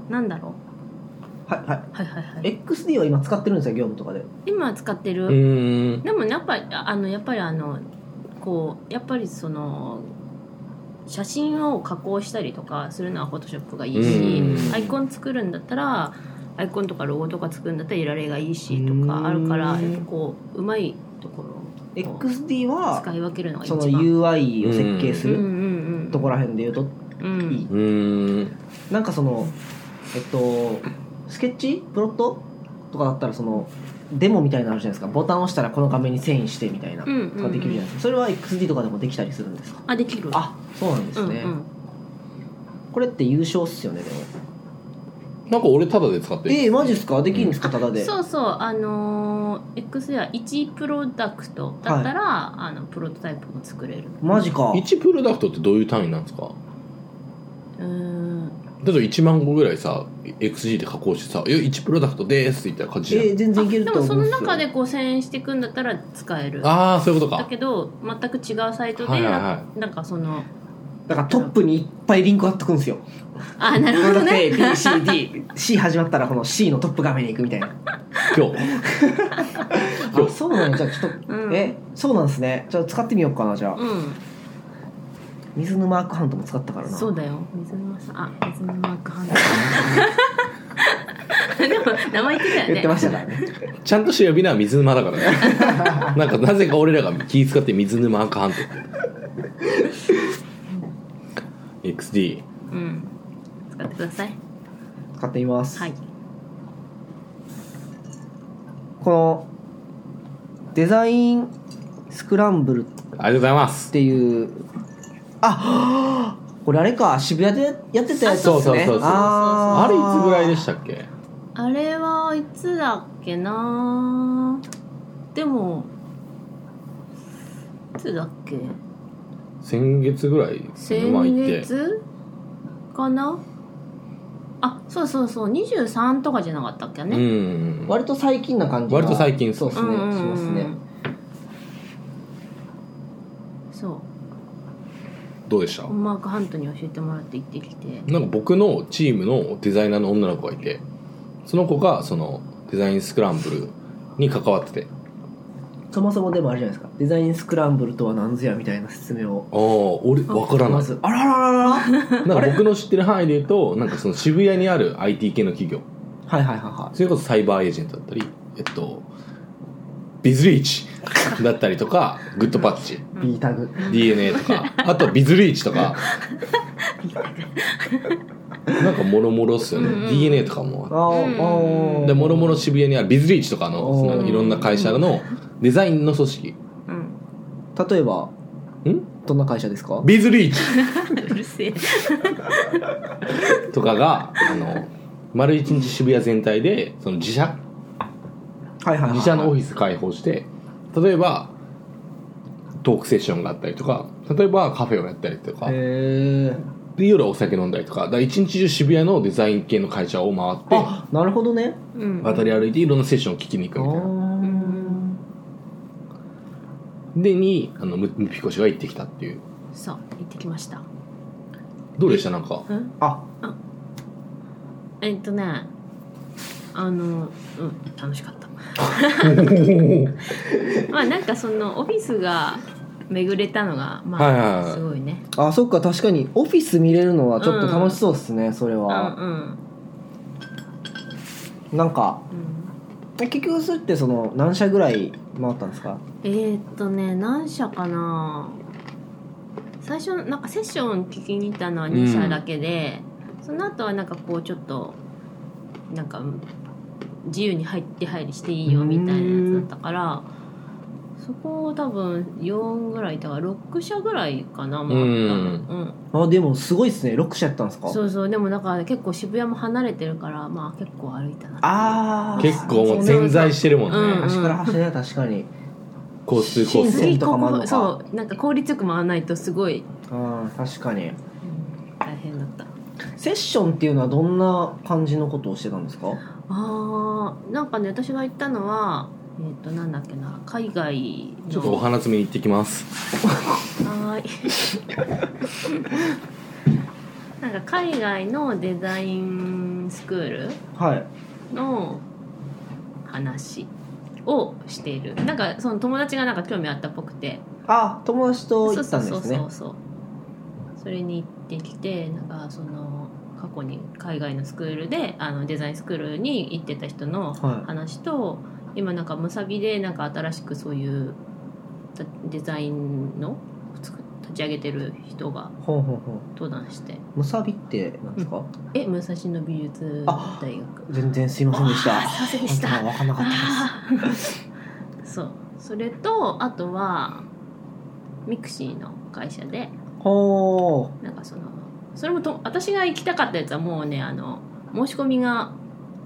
なんだろ
はいは
うはいはいはい
い XD は今使ってるんですよ業務とかで
今使ってる、
うーん
でもやっぱりああのやっぱりあのこうやっぱりその写真を加工したりとかするのはフォトショップがいい
うん
しアイコン作るんだったらアイコンとかロゴとか作るんだったらいられがいいしとかあるから
うん
やっぱこううまいところをこ
XD
う
は
使い分けるのが一
その
番
UI を設計す
うんうん
る
うん
ところらへんで言うと
うん
いい
うん
なんかそのえっとスケッチプロットとかだったらそのデモみたいなのあるじゃないですかボタンを押したらこの画面に遷移してみたいな
うんうんうん
とかできるじゃないですかそれは XD とかでもできたりするんですか
あできる
あそうなんで
う
す
んう
ね
ん
これって優勝っすよねでも
なんか俺タダで使ってる
えー、マジっすかできるんですかタダで
そうそうあのー X では1プロダクトだったら、あのプロトタイプも作れる
マジか
1プロダクトってどういう単位なんですか
うーん
例えば1万個ぐらいさ XG で加工してさ「いや1プロダクトです」って言ったら勝
え
ちじゃん、
ー全然いける
で
と
も
思
そうの
んすよ
中で5000円していくんだったら使えるだ
ああそういうことか
けど全く違うサイトで、
はいはいは
なんかその
だからトップにいっぱいリンク貼っとくんですよ
あなるほどね
ABCDC 始まったらこの C のトップ画面に行くみたいな
今日そ
あ
う
そうなんやじゃあちょっと、
うん
えそうなんですねじゃあ使ってみようかなじゃあ
う
水沼アクハントも使ったから
ん
な
そうだよ水沼さんあ水沼アクハンド でも名前言ってたよね
言ってましたから ね
ちゃんとした呼び名は水沼だからねなんかなぜか俺らが気使って水沼アカンって言って XD
うん使ってください
使ってみます、
はい
このデザインスクランブルっ
ありがとうございます
ていうあこれあれか渋谷でやってたやつですね
あそうそうそうそう
あ
あれい
ー
つぐらいでしたっけ
あれはいつだっけなでもいつだっけ
先月ぐらい
先
沼行って
月かなあそうそうそう23とかじゃなかったっけ
う
ね、
ん
割と最近な感じが
割と最近
そうですね、しますね
そ
どうでした
うマークハントに教えてもらって行ってきて
なんか僕のチームのデザイナーの女の子がいてその子がそのデザインスクランブルに関わってて
そもそもでもあれじゃないですかデザインスクランブルとは何ぞやみたいな説明を
ああ俺わからな
ま
い
ずあららららはい
なんか僕の知ってる範囲で言うとなんかその渋谷にある IT 系の企業
はいはいは
それこそサイバーエージェントだったりえっとビズリーチだったりとかグッドパッチ
い B タグ
DNA とかあとビズリーチとかなんかもろもろっすよね、
うんうん
DNA とかもあって
ああ
うん
ああ
でもろもろ渋谷にあるビズリーチとかのそ
お
の
ー
いろんな会社のデザインの組織
うん
例えば
ん
どんな会社ですか
ビズリーチ
うるせえ
とかがあの丸一日渋谷全体でその自社
はいはいはい
自社のオフィス開放して例えばトークセッションがあったりとか例えばカフェをやったりとか
へえ
で夜はお酒飲んだりとかだから一日中渋谷のデザイン系の会社を回って
あなるほどね
うん
渡り歩いていろんなセッションを聞きに行くみたいな
うん
でにあのむむぴこしが行ってきたっていう
そう行ってきました
どうでしたなんか
うん
あ
えっとねあのうん楽し かったまあなんかそのオフィスが巡れたの
は
が
い
ま
はいは
あ
い
すごいね、
あそっか確かにオフィス見れるのはちょっと楽しそうですねそれは
うん
なんか
うんうん
え結局それってその何社ぐらい回ったんですか
えー、っとね何社かな最初なんかセッション聞きに行ったのは2社だけで、その後はなんかこうちょっとなんか自由に入って入りしていいよみたいなやつだったからそこを多分4ぐらいいたから6社ぐらいかなもううん、
あでもすごいですね6社やったんですか
そうそうでもなんか結構渋谷も離れてるからまあ結構歩いたな
ああ
結構もう全在してるもんね、
うん
足から走れない確かに
交通コー
新
ス
鮮線とかもあんのか
そうなんか効率よく回らないとすごい、
うん確かに
うん大変だった
セッションっていうのはどんな感じのことをしてたんですか
あーなんかね私が行ったのはえっ、となんだっけな海外の
ちょっとお花摘みに行ってきます
はーい なんか海外のデザインスクール
はい
の話をしているなんかその友達がなんか興味あったっぽくて
あ友達と行ったんです
そうそうそ
ね
うそうそそれに行ってきてなんかその過去に海外のスクールであのデザインスクールに行ってた人の
はい
話と今なんかむさびでなんか新しくそういうたデザインのつく立ち上げてる人が
ほうほうほう
登壇して
むさびってなんですか、
え武蔵野美術
あ
大学
全然すいませんでした
あーすいませんでした
本当は分かんなかったです
あーそうそれとあとはミクシーの会社で
ほう
なんかそのそれもと私が行きたかったやつはもうねあの申し込みが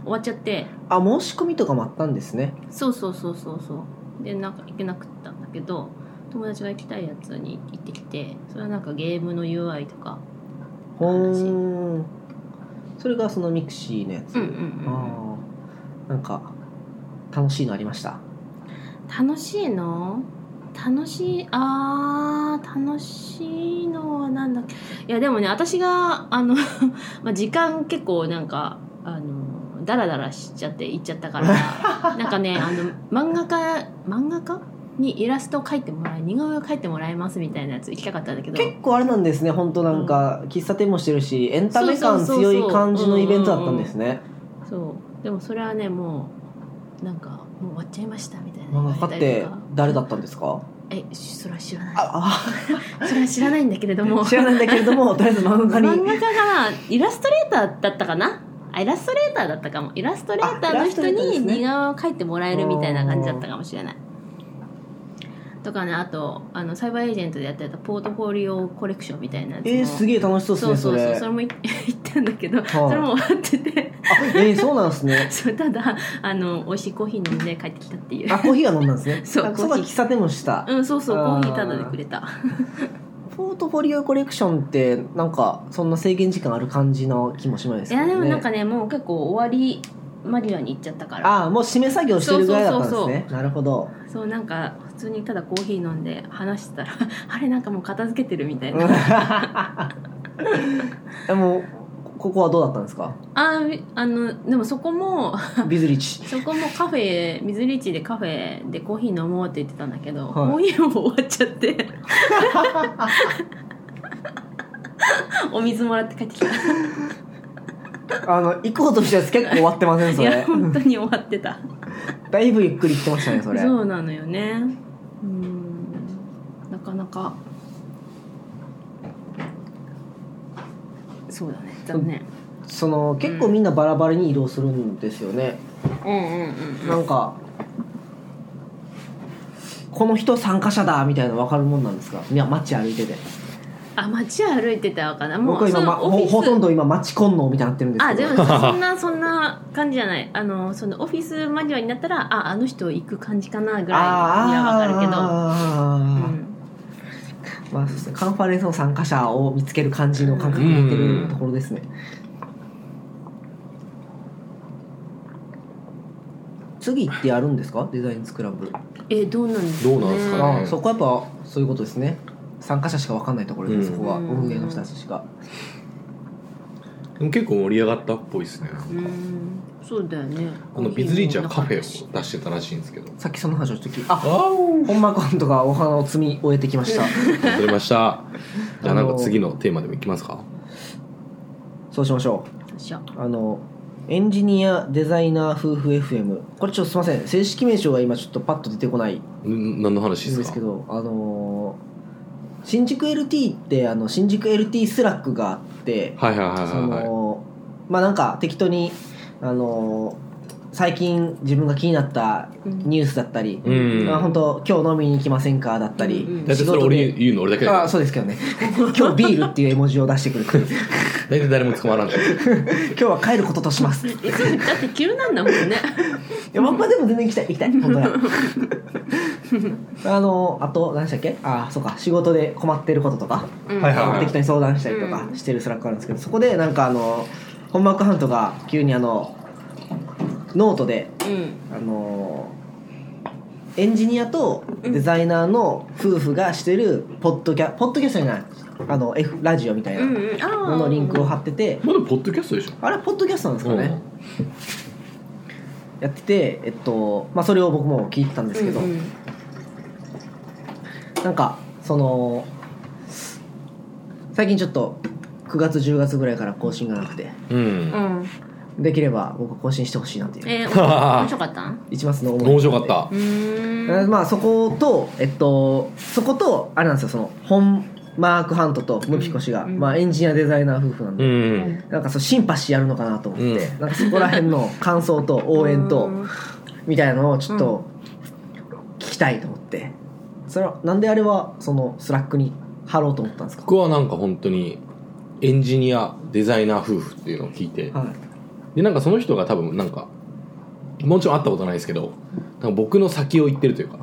終わっちゃって
あ申し込みとかもあったんですね
そうそうそうそうそうでなんか行けなくったんだけど友達が行きたいやつに行ってきてそれはなんかゲームの UI とか
ほうそれがそのミクシーのやつ、
うんうん
ああなんか楽しいのありました
うん楽しいの楽しいあー楽しいのはなんだっけいやでもね私があの まあ時間結構なんかあのダラダラしちゃって行っちゃったから なんかねあの漫画家漫画家にイラストを描いてもらい似顔絵を描いてもらいますみたいなやつ行きたかったんだけど
結構あれなんですね本当なんか、喫茶店もしてるしエンタメ感
そうそう
強
そうそう
い感じのイベントだったんですね
そうでもそれはねもうなんかもう終わっちゃいましたみたいな
漫画家って誰だったんですか
えしそれは知らない
あ
それは知らないんだけれど
あ
も
知らないんだけれどもとりあえず漫 画
漫
に
画家がイラストレーターだったかなあイラストレーターだったかもイラストレーター
あ
の人
イラストレーターで
に
すね
似顔絵を描いてもらえるみたいな感じだったかもしれないとかねあとあのサイバーエージェントでやってたポートフォリオコレクションみたいなやつも
えー、すげえ楽しそうです
そう
ねそう
そそう
れ
それもい 行ったんだけど、
はい
それも終わってて
あえー、そうなんですね
そうただあの美味しいコーヒー飲んで帰ってきたってい う
あコーヒーが飲んだんですね
そう
あそば
コーヒー
喫茶店もした、
うんそうそうコ
あー
ーヒータダでくれた
ポートフォリオコレクションってなんかそんな制限時間ある感じの気もしないです
い
けど
や
ね
でもなんかねもう結構終わり間際に行っちゃったから
ああもう締め作業してるぐらいだったんですね
そうそうそう
なるほど
そうなんか普通にただコーヒー飲んで話してたら あれなんかもう片付けてるみたいな、あ
でもここはどうだったんですか
あーあのでもそこも
ビズリッチ
そこもカフェ水リーチでカフェでコーヒー飲もうって言ってたんだけど、
はい
コーヒーも終わっちゃって お水もらって帰ってきた
あの行こうとしては結構終わってませんそ
いや
れ
本当に終わってた
だいぶゆっくり来てましたねそれ
そうなのよねうんなかなかそうだね残念
その結構みんなバラバラに移動するんですよね、
うんうんう
なんんかこの人参加者だみたいなの分かるもんなんですかいや街歩いてて
あ街歩いてたわかなも
僕
う
は今、
そ
ま、
のオフ
ほ
ィス
ほとんど今街コンノみたいになってるんです
あ
け
で
ど
もそんなそんな感じじゃないあのそのオフィス間際になったらああの人行く感じかなぐらいにはわかるけど
あー
うん
まあ、そうですねカンファレンスの参加者を見つける感じの感覚でいってるところですね。次ってやるんですかデザインスクランブル、
えどうなんですかね
どうなんですかね
ああそこはやっぱそういうことですね参加者しか分かんないところで、
うん
そこは
うん
運営の人たちしか
でも結構盛り上がったっぽいですねなんか
うんそうだよね
あのビズリーチはカフェ
し
を出してたらしいんですけど
さっきその話をした時あ
あお
本間君とかお花を摘み終えてき ました
取れましたじゃあなんか次のテーマでもいきますか
そうしましょ
しょ
うあのエンジニアデザイナー夫婦 FM これちょっとすいません正式名称が今ちょっとパッと出てこない
ん何の話です
で
か
すけど、あのー新宿 LT ってあの新宿 LT スラックがあって、
はいはいはい
そ
はいはい
のまあなんか適当に、あのー最近自分が気になったニュースだったり、
うん
あ本当今日飲みに行きませんかだったり、
うんうん
大体それ俺に言うの 俺だけだ
あ
か
そうですけどね今日ビールっていう絵文字を出してくるっ ていう
ら大体誰も捕まらない
今日は帰ることとしますい
えそうだって急なんだもんね
やまんまでも全然行きたい行 きたい本当だあのーあと何でしたっけあそうか仕事で困ってることとか
うん
はいはいはい
適当に相談したりとか
うん
してるスラックがあるんですけど、そこでなんかあの本幕ハントが急にあのノートで
うん
あのエンジニアとデザイナーの夫婦がしてるポッドキャポッドキャストじゃないあの、F、ラジオみたい
うん
な
うんあー
ののリンクを貼ってて、
まだポッドキャストでしょ
あれポッドキャストなんですかね、やってて、えっとまあ、それを僕も聞いてたんですけど、
うんうん
なんかその最近ちょっと9月10月ぐらいから更新がなくて
うん
う、ん
できれば僕は更新してほしいなという
えー、面白かったん
一抹の思い
面白かった
うー
えー
ん
まあそことえっとそことあれなんですよその本マークハントとムキコ氏が、
うん
まあ、エンジニアデザイナー夫婦なん
う
で、
ん
なんかそうシンパシーやるのかなと思って、
う
なんかそこら辺の感想と応援と
う
みたいなのをちょっと聞きたいと思ってそれはなんであれはそのスラックに貼ろうと思ったんですか、
僕はなんか本当にエンジニアデザイナー夫婦っていうのを聞いて、
はい、
でなんかその人が多分なんかもちろん会ったことないですけどなんか僕の先を行ってるというか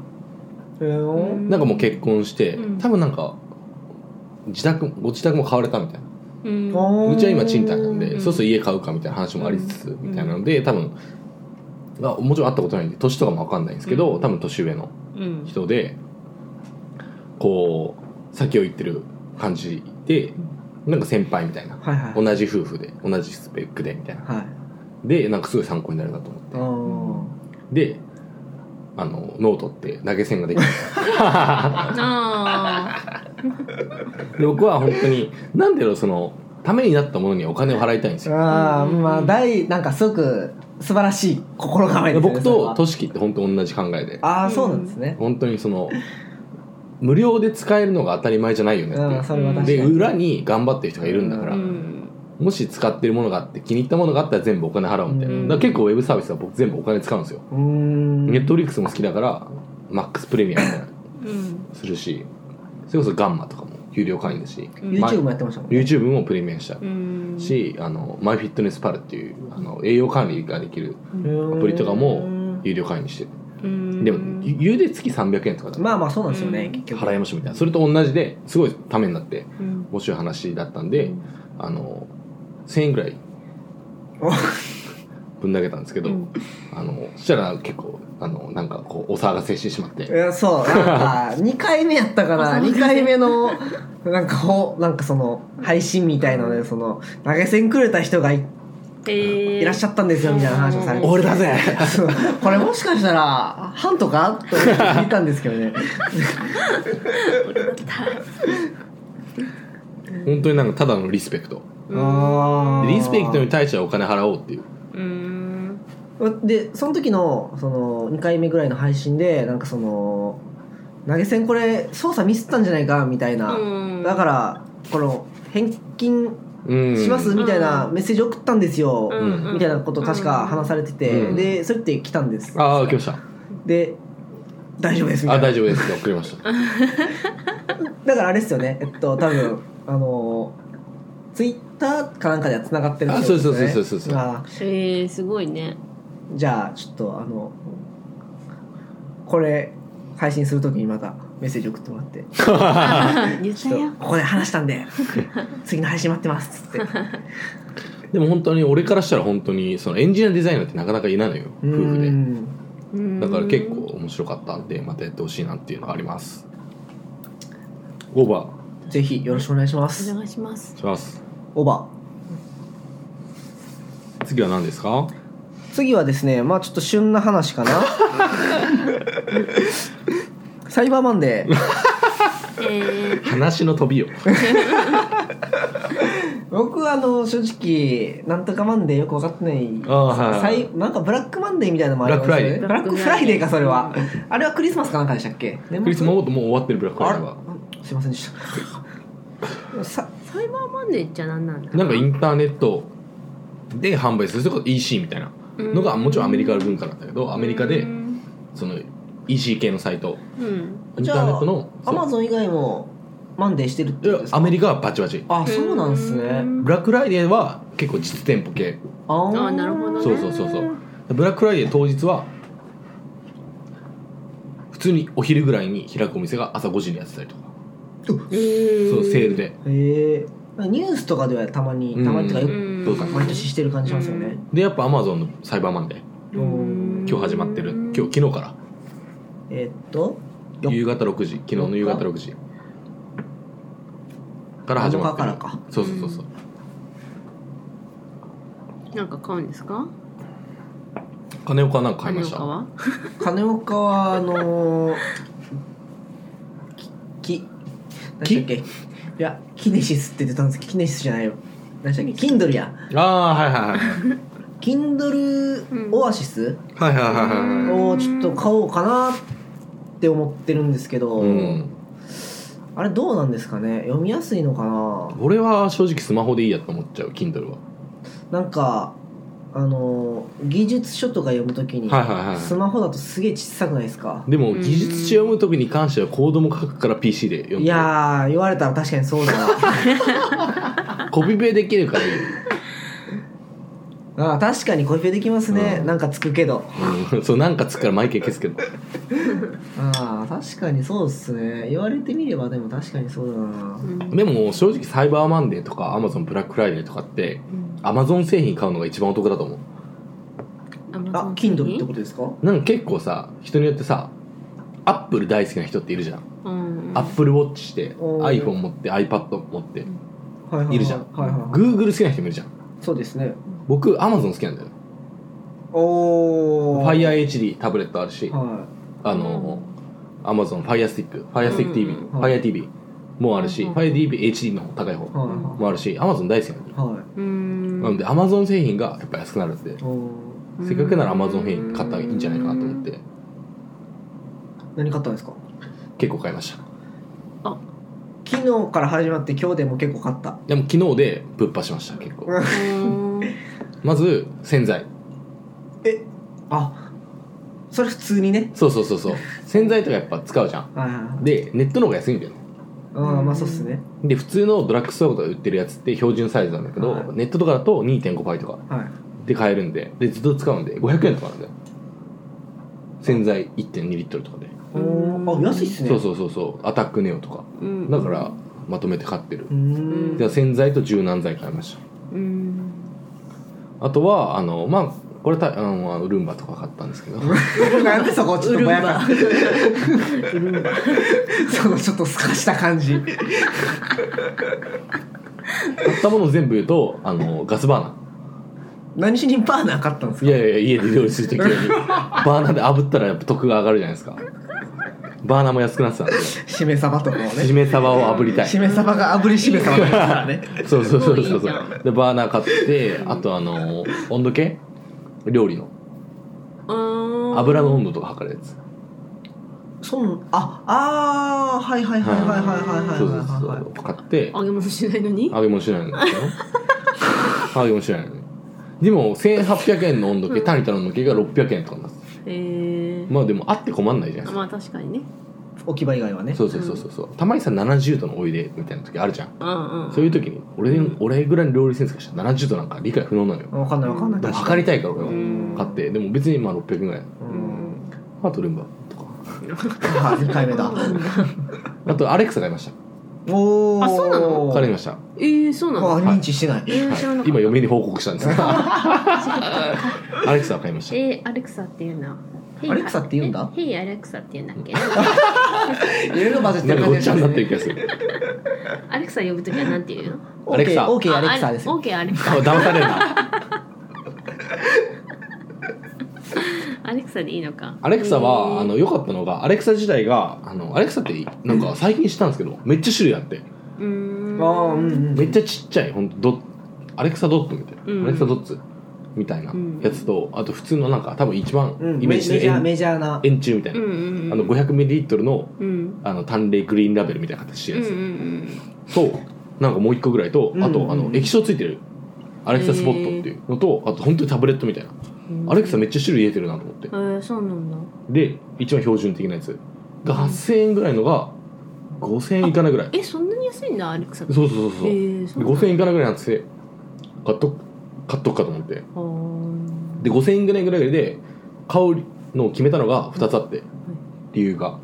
えー
なんかもう結婚して、
うん
多分なんか自宅ご自宅も買われたみたいな
うん
うちは今賃貸なんで、
うん
そうすると家買うかみたいな話もありつつ、みたいなので多分まあもちろん会ったことないんで年とかも分かんないんですけど、
うん
多分年上の
うん
人でこう先を行ってる感じでなんか先輩みたいな
はいはい
同じ夫婦で同じスペックでみたいな
はい
でなんかすごい参考になるなと思って
あー
であのノートって投げ銭ができる
あ
で僕は本当になんでだろうそのためになったものにはお金を払いたいんですよ
あー
うん
まあ大なんかすごく素晴らしい心構えですね
僕
それ
と
は
としきって本当同じ考えで
ああそうなんですね、
本当にその無料で使えるのが当たり前じゃないよね
うん、
って
それは
いう
確かに
で裏に頑張ってる人がいるんだか
ー
ら、
うん
もし使ってるものがあって気に入ったものがあったら全部お金払うみたいな、
うん
だから結構ウェブサービスは僕全部お金使うんですよ、
うーん
ネットフリックスも好きだからマックスプレミアムみたいなの
うん
するしそれこそガンマとかも有料会員だし、
うん
YouTube もやってましたもんね
YouTube もプレミアムした
うん
し、あのマイフィットネスパルっていうあの栄養管理ができる
ア
アプリとかも有料会員にしてる
うん
でもゆゆうで月300円とかだ
まあまあそうなんですよね、
うん
結局
払いましょうみたいなそれと同じですごいためになって
うん
面白い話だったんで、
うん
あの1000円ぐらい
お
ぶん投げたんですけど、
うん
あのそしたら結構あのなんかこうお騒がせしてしまって
いやそう なんか2回目やったか
あ
ら
そうなん
2
ですね
回目のなんかほなんかその配信みたいのでその投げ銭くれた人がいいらっしゃったんですよみたいな話をされて
俺だぜ
そうこれもしかしたらハントかと思って聞いたんですけどね
本当になんかただのリスペクト
あー
リスペクトに対してはお金払おうっていう
うん
でその時のその2回目ぐらいの配信でなんかその投げ銭これ操作ミスったんじゃないかみたいな、
うん
だからこの返金
うん
しますみたいなメッセージ送ったんですよ、
うんうん
みたいなこと確か話されてて、
うん
でそれって来たんです
ああ来ました
で大丈夫ですみた
あ
いな
大丈夫ですって送りました
だからあれですよねえっと 多分あのツイッターかなんかでは繋がってるってことですよね
あそうそうそうそうそう
あ
えー、すご いね
じゃあちょっとあのこれ配信するときにまたメッセージ送ってもらって
言っ
ち
た
ょ
よ
っとここで話した んで次の配信待ってますっつって
でも本当に俺からしたら本当にそのエンジニアデザイナーってなかなかいないのよ夫婦
う
で
ん
だから結構面白かったんでまたやってほしいなっていうのがありますオーバー
ぜひよろしくお願いしま
お
す
願いします
します
オーバー
次は何ですか
次はですねまあちょっと旬な話 かなサイバーマンデー
え
話の飛 びよ
僕はあの正直なんとかマンデーよく分かってない
ああはい
サイなんかブラックマンデーみたいなのもありますよね
ブ
ラッ
ブラック
クフ
フ
ラ
ラ
イ
イ
デー
デーかそれはあれはクリスマスかなんかでしたっけク
クリスマスももう終わってるブラックフライデーは
あすいませんでした さ
ー、サイバーマンデーっちゃなんなんだ
なんかインターネットで販売するそれこそ EC みたいなのが
うん
もちろんアメリカの文化なんだけどアメリカ
う
で
ん
その EC 系のサイト
うん
インターネットの
アマゾン以外もマンデーしてるって
そう
こと
い
で
や
すか
アメリカはバチバチ
あそうなんですね
ブラックフライデーは結構実店舗系
あー
あなるほどね
そうそうそうそうブラックフライデー当日は普通にお昼ぐらいに開くお店が朝5時にやってたりとか
えー、
そうセールで
へえニュースとかではたまに
うん
たまにってかよく
うん
そうそうそう
毎年してる感じしますよね
でやっぱアマゾンのサイバーマンデー
うん
今日始まってる今日昨日か
えーっと
ら夕方6時昨日の夕方6時から始まってる
7日からか
そうそうそうそう
なんか買うんですか
金岡なんか買い
金
ました
岡は
金岡はあのー、きき何でしたっけいやキネシスって出たんですキネシスじゃないよ何でしたっけキンドルや
ああはいはいはい
キンドル
ん
オアシス
はいはいはいはい
をちょっと買おうかなって思ってるんですけど、
うん
あれどうなんですかね読みやすいのかな
俺は正直スマホでいいやと思っちゃう Kindle は
なんかあの技術書とか読むときに、
はいはいはい
スマホだとすげえ小さくないですか
でも技術書読む時に関してはコードも書くから PC で読む
いやー言われたら確かにそうだ
コピペできるからいい、
なあー確かにコピペできますね、
うん
なんかつくけど
うん、そうなんかつくから毎回消すけど
ああ確かにそうっすね言われてみればでも確かにそうだな
でも正直サイバーマンデーとかアマゾンブラックフライデーとかって
うん
アマゾン製品買うのが一番お得だと思う
あ
Amazon 製
Kindle
品
ってことですか
なんか結構さ人によってさアップル大好きな人っているじゃん、
うん
アップルウォッチして
おー
iPhone 持って iPad 持って
はいはいはい
いるじゃん
はいはいはい
Google 好きな人もいるじゃん
そうですね
僕 Amazon 好きなんだよ
おお
FireHD タブレットあるし、
は
あの Amazon FireStick FireStickTV、
うん
FireTV もあるし、
うん
FireTVHD の高い方
いはい
もあるし Amazon 大好きなんだよ
はいは
うん
なので Amazon 製品がやっぱ安くなるんで
いおー
せっかくなら Amazon 製品買ったらいいんじゃないかなと思って
何買ったんですか
結構買いました
昨日から始まって今日でも結構買った
でも昨日でぶっ破しました結構
うん
まず洗剤
えあそれ普通にね
そうそうそうそう洗剤とかやっぱ使うじゃん
はいはいはい
でネットの方が安いんだよね
ああまあそうっすね
で普通のドラッグストアとかで売ってるやつって標準サイズなんだけど、
はい
ネットとかだと2.5倍とか
はい
で買えるんででずっと使うんで500円とかなんだよ洗剤1.2リットルとかで、
おおあ安いっすね
そう
う
そうそうそうアタックネオとか
うん
だからまとめて買ってる
うーん
で洗剤と柔軟剤買いました
うん
あとはあのまあこれたあのルンバとか買ったんですけど
なんでそこちょっとぼやか
ウルンバ
そのちょっとすかした感じ
買ったもの全部言うとあのガスバーナー
何しにバーナー買ったんです
い
か
やいやいや家で料理するときにバーナーで炙ったらやっぱ得が上がるじゃないですかバーナーも安くなってたんで
しめ鯖とかを
し
ね
め鯖を炙りたい
しめ鯖が炙りしめ鯖ですからね
そうそうそうそう
すごいいいじ
そ
ゃ
うでバーナー買ってあとあの温度計料理の油の温度とか測るやつ
そんああーはいはいはいはいはいはいはい
そう
は
そう
い
そ
はいう
買って
揚げ物しないのに
揚げ物しないんですよ揚げ物しないのにでも1800円の温度計タニタの温度計が600円とかなんです
えー
まあでもあって困んないじゃないですか
まあ確かにね
置き場以外はね
そうそうそうそうそうたまにさ70度のおいでみたいな時あるじゃん
うんうん
そういう時に俺,、俺ぐらいの料理センスがしたら70度なんか理解不能なのよ
わかんないわかんない
でも
確
測りたいから俺
う
は
ん
買ってでも別にまあ600円ぐらいう
うんん
あとルンバとか
あ2回 目だ
あとアレクサ買いました
おお
あそうなの
買いました
えーそうなの
あ認知してない
えー知らな
はい
かっ
今嫁に報告したん ですけどアレクサを買いました
たえーアレクサっていうんだ
アレクサって言うんだ
ヘイアレクサって言うんだっけ
いろいろ混ぜて
なんか
る感
ごっ
じ
ちゃになってる
ね
気 がする
アレクサ呼ぶときはなんて言うの
アレクサ
OK アレク
あ
サ
あ
です
オ
よ
ーケーアレク
あ
サ
騙されるな
アレクサでいいのか
アレクサ
えー
はあの良かったのがアレクサ自体があのアレクサってなんか最近知ったんですけどめっちゃ種類あって
うーん
ああうんうん
めっちゃちっちゃいほんとドアレクサドットみたいな、
うん
アレクサドッツみたいなやつと、あと普通のなんか多分一番
うん
イメー
メメ
ジ
ジ
する
ャー
円
メジャーな
円柱みたい
うん
な、
うんうん
あの 500ml の
うん
あの淡麗グリーンラベルみたいな形して
うん
る
うん
や
う
つ、
ん
となんかもう一個ぐらいと、
うん
あ
うん
とあの液晶ついてるアレクサスポットっていうのと、あと本当にタブレットみたいな、
うん
アレクサめっちゃ種類入れてるなと思って
えーそうなんだ
で一番標準的なやつが8000円ぐらいのが5000円いかないぐらい
えそんなに安いんだアレクサって
そうそうそうそう、
えーそうなんだ
5000円いかないぐらいなんですよ買っとく買っとくかと思って
あー
で5000円ぐらいぐらいで買うのを決めたのが2つあって、理由が
は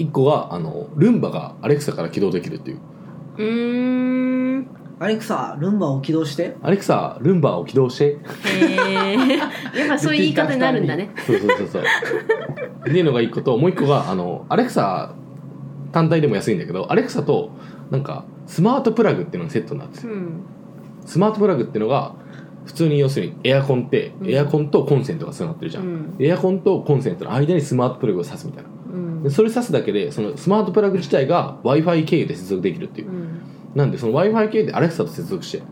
い
1個があのルンバがアレクサから起動できるっていう
うーん
アレクサルンバを起動して
アレクサルンバを起動して
へえ やっぱそういう言い方になるんだね
そうそうそうそうっていうのが1個ともう1個があのアレクサ単体でも安いんだけどアレクサとなんかスマートプラグっていうのがセットになってて
うん
スマートプラグっていうのが普通に要するにエアコンって
うん
エアコンとコンセントがつながってるじ
う
ゃん、
ん
エアコンとコンセントの間にスマートプラグを挿すみたいな
うん
でそれ挿すだけでそのスマートプラグ自体が w i f i 経由で接続できるっていう
うん
なんでその w i f i 系でアレクサと接続して
うん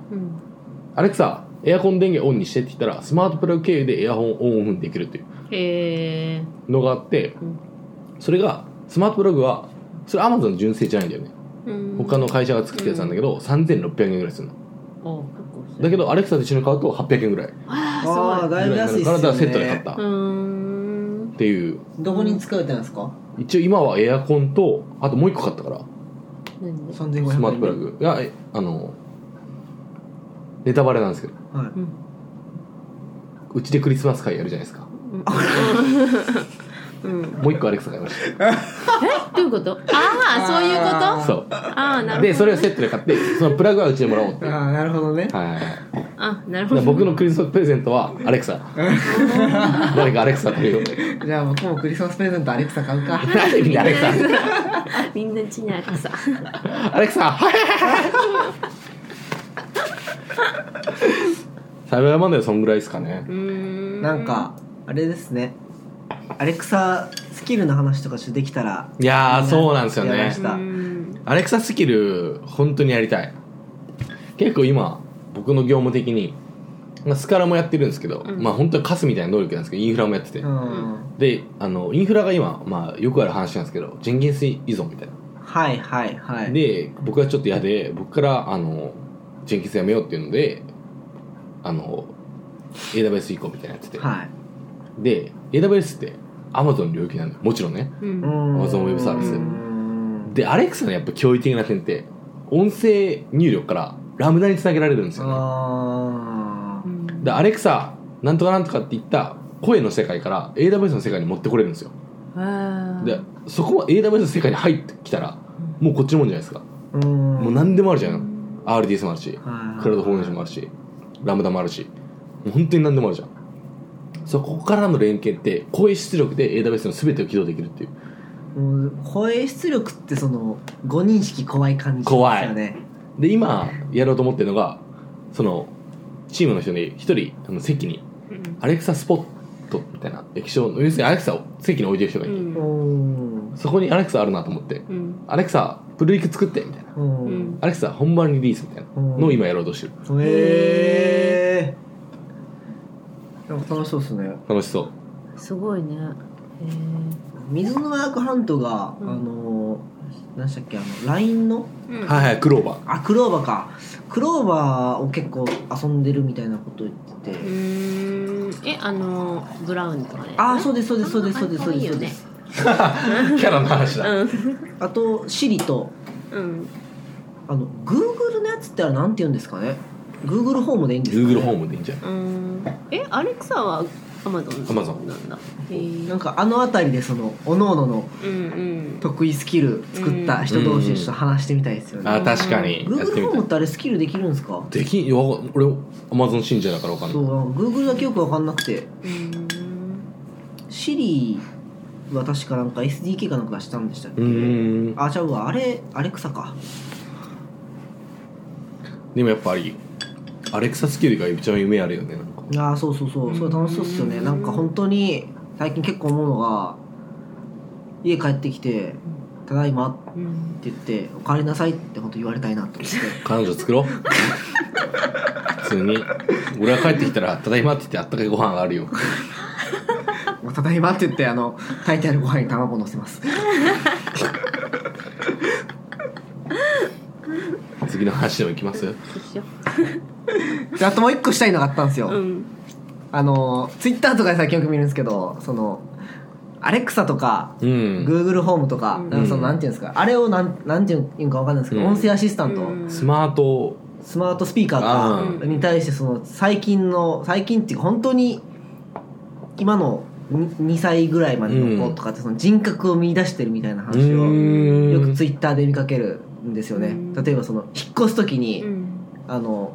アレクサエアコン電源オンにしてって言ったらスマートプラグ経由でエアコンオンオフできるっていう
へえ
のがあって、
うん
それがスマートプラグはそれアマゾン純正じゃないんだよね、他の会社が作ったやつなんだけど、3600円ぐらいするの
お結構する
だけどアレクサと一緒に買うと800円ぐらい
あ
あ
あ
あだいぶ安いっ
ぐ
す
らいになるからだから
よ
セットで買っ
ね
た
すごいうーん
っていう
どこに使うってなんですか
一応今はエアコンとあともう一個買ったから
何で
3500円
スマートプラグがえあのネタバレなんですけど
は
うん
うちでクリスマス会やるじゃないですか
うん、うん、
もう一個アレクサ買いまし
どういうことああそういうこと
た
あ
そう
ああなるほど
でそれをセットで買ってそのプラグはうちでもらおうって
い
いうはい
ああなるほどね
はいはい
あ
だ
なる
か
ほ
ら
ど
僕のクリスマスプレゼントはアレクサ誰かアレクサという
じゃあ僕もクリスマスプレゼントアレクサ買うか
なんでみんなアレクサ
みんな家にあるさ
アレクサはいサイバーマンデーはそんぐらいですかね
うーん
なんかあれですねアレクサスキルの話とかしてできたら
いやーそうなんですよ
やり
ね
ました
うん
アレクサスキル本当にやりたい結構今僕の業務的に、まあ、スカラもやってるんですけど、
うん
まあ本当にカスみたいな能力なんですけどインフラもやってて、
うん
であのインフラが今、まあ、よくある話なんですけどジェンキンス依存みたいな、
はいはいはい
で僕はちょっと嫌で僕からあのジェンキンスやめようっていうのであの AWS 移行みたいなのやってて、
はい
で AWS って Amazon の領域なんだよもちろんね
う
うんん
Amazon ウェブサービス
うん
でアレクサのやっぱ驚異的な点って音声入力からラムダにつなげられるんですよね
あ
う
ー
ん
でアレクサなんとかなんとかって言った声の世界から AWS の世界に持ってこれるんですよ
あー
でそこは AWS の世界に入ってきたらもうこっちのもんじゃないですか
うん
もう何でもあるじゃ
うんん
RDS もあるし
はい
クラウドフォーメーションもあるしラムダもあるしもう本当に何でもあるじゃんそこからの連携って声出力で AWS の全てを起動できるっていう
もう声出力ってその誤認識怖い感じですよね
で今やろうと思ってるのがそのチームの人に一人あの席にアレクサスポットみたいな液晶の要するにアレクサを席に置いてる人が
う
いて、
うんん
そこにアレクサあるなと思って
うん
アレクサ、プルリク作ってみたいな。
うん
うん
アレクサ、本番リリースみたいな
うん
のを今やろうとしてる。
へえー、なんか楽しそうですね
楽しそう。
すごいねへ
水のワークハントが、
うん
あのー何でしたっけあの LINE の
え
はいはい、クローバ
あクローバーかクローバーを結構遊んでるみたいなこと言ってて、
うーんえあのブラウンとかね
ああそうですそうですそうですそうです
あ
そう
い
です
いよ
そう
ね
です
ー。キャラの話だ。
う
あとシリと
んうん
あの Google のやつってあれなんて言うんですかね Google ホームでいいんですか、ね、
Google ホームでいいんじゃない
うんえアレクサはアマゾン
Amazon
なんだへ
なん
ー
かあの辺りでその各々の
うんうん
得意スキル作った人同士でちょっと話してみたいですよね、
あー、確かに。やって
Google
み
ホ
たい
ームっ。てあれスキルできるんですか
できん、いやわかん俺、Amazon 信者だからわかん
そ
ない。
う Google だけよく分かんなくて
うーん
Siri は確かなんか SDK かなんか出したんでしたっけ
うーん。
あちゃうわあれアレクサか
でもやっぱり、アレクサスキルが一番夢あるよね。なんか
ああそうそうそうそれ楽しそうっすよね
うん
なんか本当に最近結構思うのが家帰ってきて「ただいま」っ
うん
て言って「お帰りなさい」って本当言われたいな と思って
彼女作ろう。普通に。俺が帰ってきたら、ただいまって言ってあったかいご飯があるよ。
「ただいま」って言ってあの炊いてあるご飯に卵乗せます
次の話でも行きます
そうしよ
であともう一個したいのがあったんですよ、
ううん
あのツイッターとかで最近よく見るんですけどそのアレクサとか
うん。
Google ホームとか,、
うん
なんかそのなんていうんですかあれをなんなんていうんかわかんないですけど、
うん
音声アシスタント、
うん
スマート、
スマートスピーカー
あ
と
ー
かに対してその最近の最近っていうか本当に今の2歳ぐらいまでの子とかってその人格を見出してるみたいな話
う
を
ーん
よくツイッターで見かけるんですよ
う
ね
ん
例えばその引っ越す時に、
うん
あの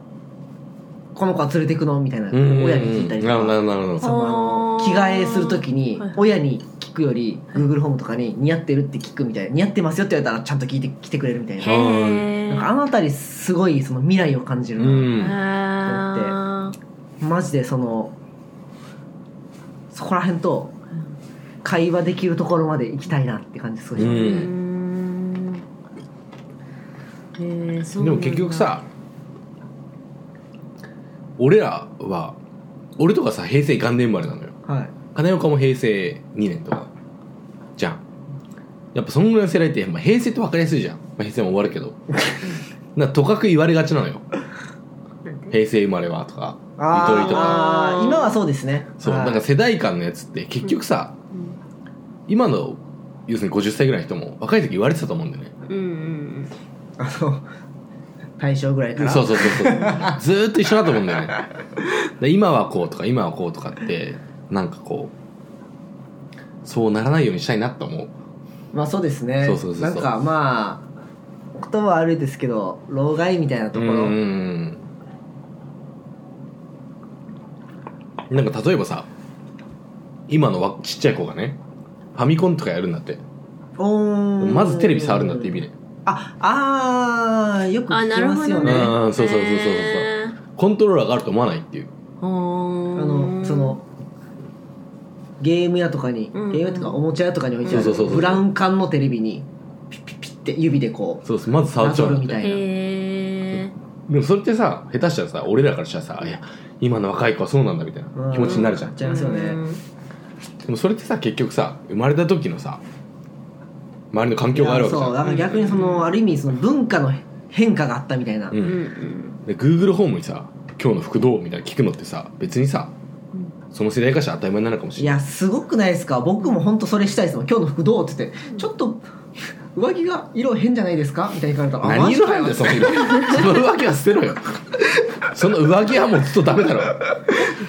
この子は連れてくのみたいな
うん
親に聞いたりと
なる
か
ほどなるほ
そ
ど
のあの
あー
着替えするときに
はいはい
親に聞くより Google ホームとかに似合ってるって聞くみたいな似合ってますよって言われたらちゃんと聞いてきてくれるみたいな
へー
なんかあの辺りすごいその未来を感じる
うん
な、
あ
マジでそのそこら辺と会話できるところまで行きたいなって感じすごいします
う
ー
ん
うーんへーそう
で
なん
も
だ
結局さ俺らは俺とかさ平成元年生まれなのよ
はい
金岡も平成2年とかじゃんやっぱそのぐらいの世代って、まあ、平成って分かりやすいじゃん、まあ、平成も終わるけ どなとかく言われがちなのよ
なんて
平成生まれはとか
あ
ゆとりとか
あー今はそうですね
そう
はい
なんか世代間のやつって結局さ、
うん
今の要するに50歳ぐらいの人も若い時言われてたと思うんだよね
うんうん
あの大正ぐらいから
そうそうそう そうずーっと一緒だと思うんだよねで今はこうとか今はこうとかってなんかこうそうならないようにしたいなと思う
まあそうですね
そうそうそうそう
なんかまあ言葉は悪いですけど老害みたいなところ、
うんなんか例えばさ今のわちっちゃい子がねファミコンとかやるんだって
おー
まずテレビ触るんだって意味で
ああーよく聞きますよ
う
ね
ねあ
んうんそうそうそうそうそう
へ
コントローラーがあると思わないっていう
ーほー
のそのゲーム屋とかに、
うん
ゲーム屋とかおもちゃ屋とかに置いてあ
そう
る
そうそうそう
ブラウン管のテレビにピッピッピッって指でこ
そうですまず触っちゃうんだっ
なぞるみたい
て
な
へえ
でもそれってさ下手したらさ俺らからしたらさ「いや今の若い子はそうなんだ」みたいな気持ちになるじゃん
うちゃいますよね
でもそれってさ結局さ生まれた時のさ周りの環
う
境があるわけじゃ
そうだから逆にその、ある意味その文化の変化があったみたいな、
ん、う
うん
ん
うん
で Google ホームにさ「今日の服どう?」みたいな聞くのってさ別にさ、
うん
その世代化したら当たり前なのかもし
い
れない
やすごくないですか僕も本当それしたいですもん今日の服どうって言ってちょっと上着が色変じゃないですかみたいに言われたらあ
何色
マ
なんだ
ジか
よその色その上着は捨てろよその上着はもうずっとダメだろ、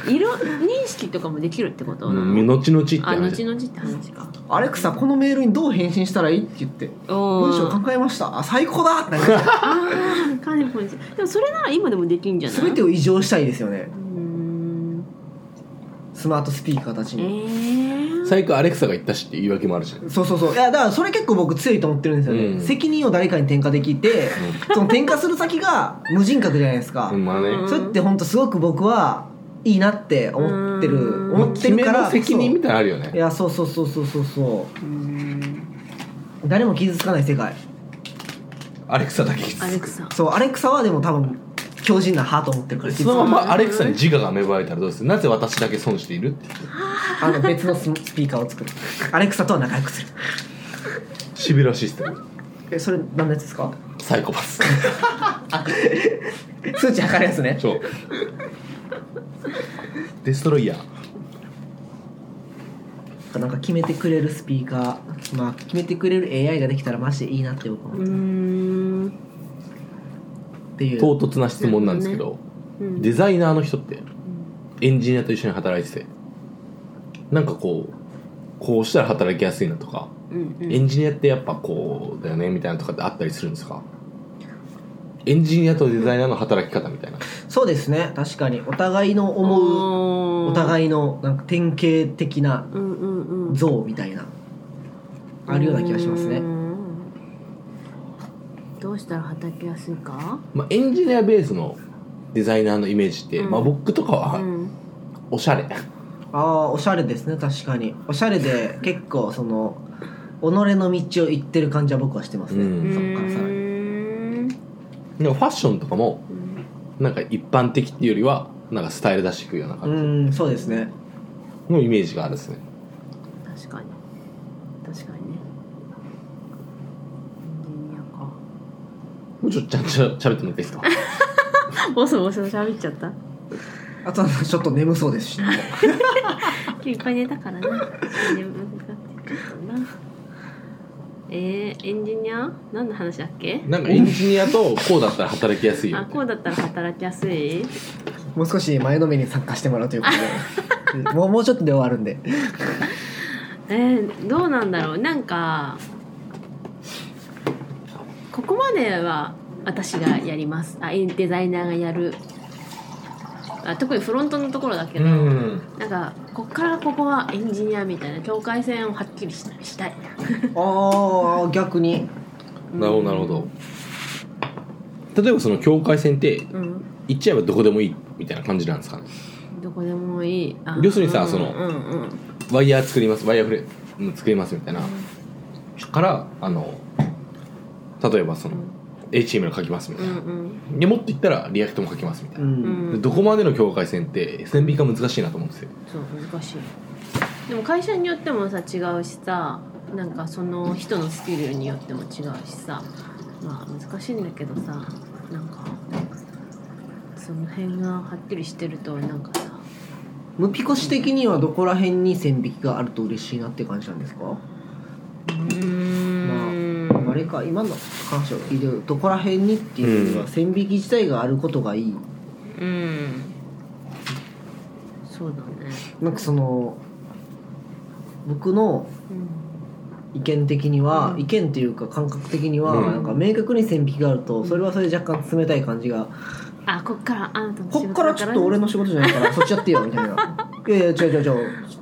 色認識とかもできるってこと
うん、後々って
あ後
話
々って話か
アレクサこのメールにどう返信したらいいって言って
お
文章
ー
考えましたあ最高だってなりま した
あーカーネポイントでもそれなら今でもできんじゃない
全て
う
を異常したいですよね
ーん
スマートスピーカーたち
え
に、
ー
最悪アレクサが言ったしって言い訳もあるじゃん
そうそうそういやだからそれ結構僕強いと思ってるんですよね、
うん
責任を誰かに転嫁できて、その転嫁する先が無人格じゃないですか、
うんまあね、
うん
それって本当すごく僕はいいなって思って
う
る
ん
も
思
う
って
決
る
め
から
の
こそ
責任みたいなのあるよ
い
ね
やそうそうそうそうそうそう
うーん
誰も傷つかない世界
アレクサだけ
アレクサ
そうアレクサはでも多分強靭な歯と思ってるから
そのままアレクサに自我が芽生えたらどうするなぜ私だけ損しているって
あの別のススピーカーを作るアレクサとは仲良くする
シビラシステム
えそれ何のやつですか
サイコパス
数値測るやつね
そうデストロイヤー
なんか決めてくれるスピーカーまあ決めてくれる AI ができたらマジでいいなって僕
う
も
ーん
っていう
唐突な質問なんですけど、
うん
デザイナーの人ってエンジニアと一緒に働いててなんかこうこうしたら働きやすいなとか、
うんうん
エンジニアってやっぱこうだよねみたいなとかってあったりするんですかエンジニアとデザイナーの働き方みたいな、
そうですね確かにお互いの思う
思
お
い
互いのなんか典型的な
うんうんうん
像みたいなあるような気がします
うー
ね
んどうしたら働きやすいか
まあ、エンジニアベースのデザイナーのイメージって、
うん
まあ、僕とか
う
は
ん
おしゃれ、
ああおしゃれですね確かにおしゃれ で結構その己の道を行ってる感じは僕はしてますね、
うん
そっからさらに
でもファッションとかも
うーん
なんか一般的っていうよりはなんかスタイル出していくような感
うんそうですね
じのイメージがあるですね、
確かに確かにねエンジニアか
もうちょっとちゃんと喋ってもらっていいですか
ボソボソ喋っちゃった
あとはちょっと眠そうですし
今日いっぱい寝たからな眠くなってきちゃったなえー、エンジニア何の話だっけ
なんかエンジニアとこうだったら働きやすいよ
あこうだったら働きやすい
もう少し前のめりに参加してもらうということで もうもうちょっとで終わるんで
えー、どうなんだろうなんかここまでは私がやりますあえデザイナーがやるあ特にフロントのところだけど、
うん
なんかこっからここはエンジニアみたいな境界線をはっきりしたしたい、
ああ逆に
なるほどなるほど例えばその境界線って
ど、うん、
行っちゃえばどこでもいいみたいな感じなんですかね
どこでもいいあ
要するにさ
うん
その
うんうん
ワイヤー作りますワイヤーフレーム作りますみたいなからあの例えばその HTML 書きますみた
う
いな、
ん
でもっと言ったらリアクトも書きますみたいな、
うんうん
でどこまでの境界線って線引きが難しいなと思うんですよ
そう難しいでも会社によってもさ違うしさなんかその人のスキルによっても違うしさまあ難しいんだけどさなんかその辺がはっきりしてるとなんかさ
ムピコシ的にはどこら辺に線引きがあると嬉しいなって感じなんですか、
うーん、
あれか今の話を聞いてるどこら辺にっていうより
う
は
ん
線引き自体があることがいい
うんそうだね
なんかその僕の
うん
意見的には、
うん
意見っていうか感覚的には、
うん
なんか明確に線引きがあるとそれはそれで若干冷たい感じが、
あこっからあなたの
こっからちょっと俺の仕事じゃないからそっちやってよみたいないやいや違う違う違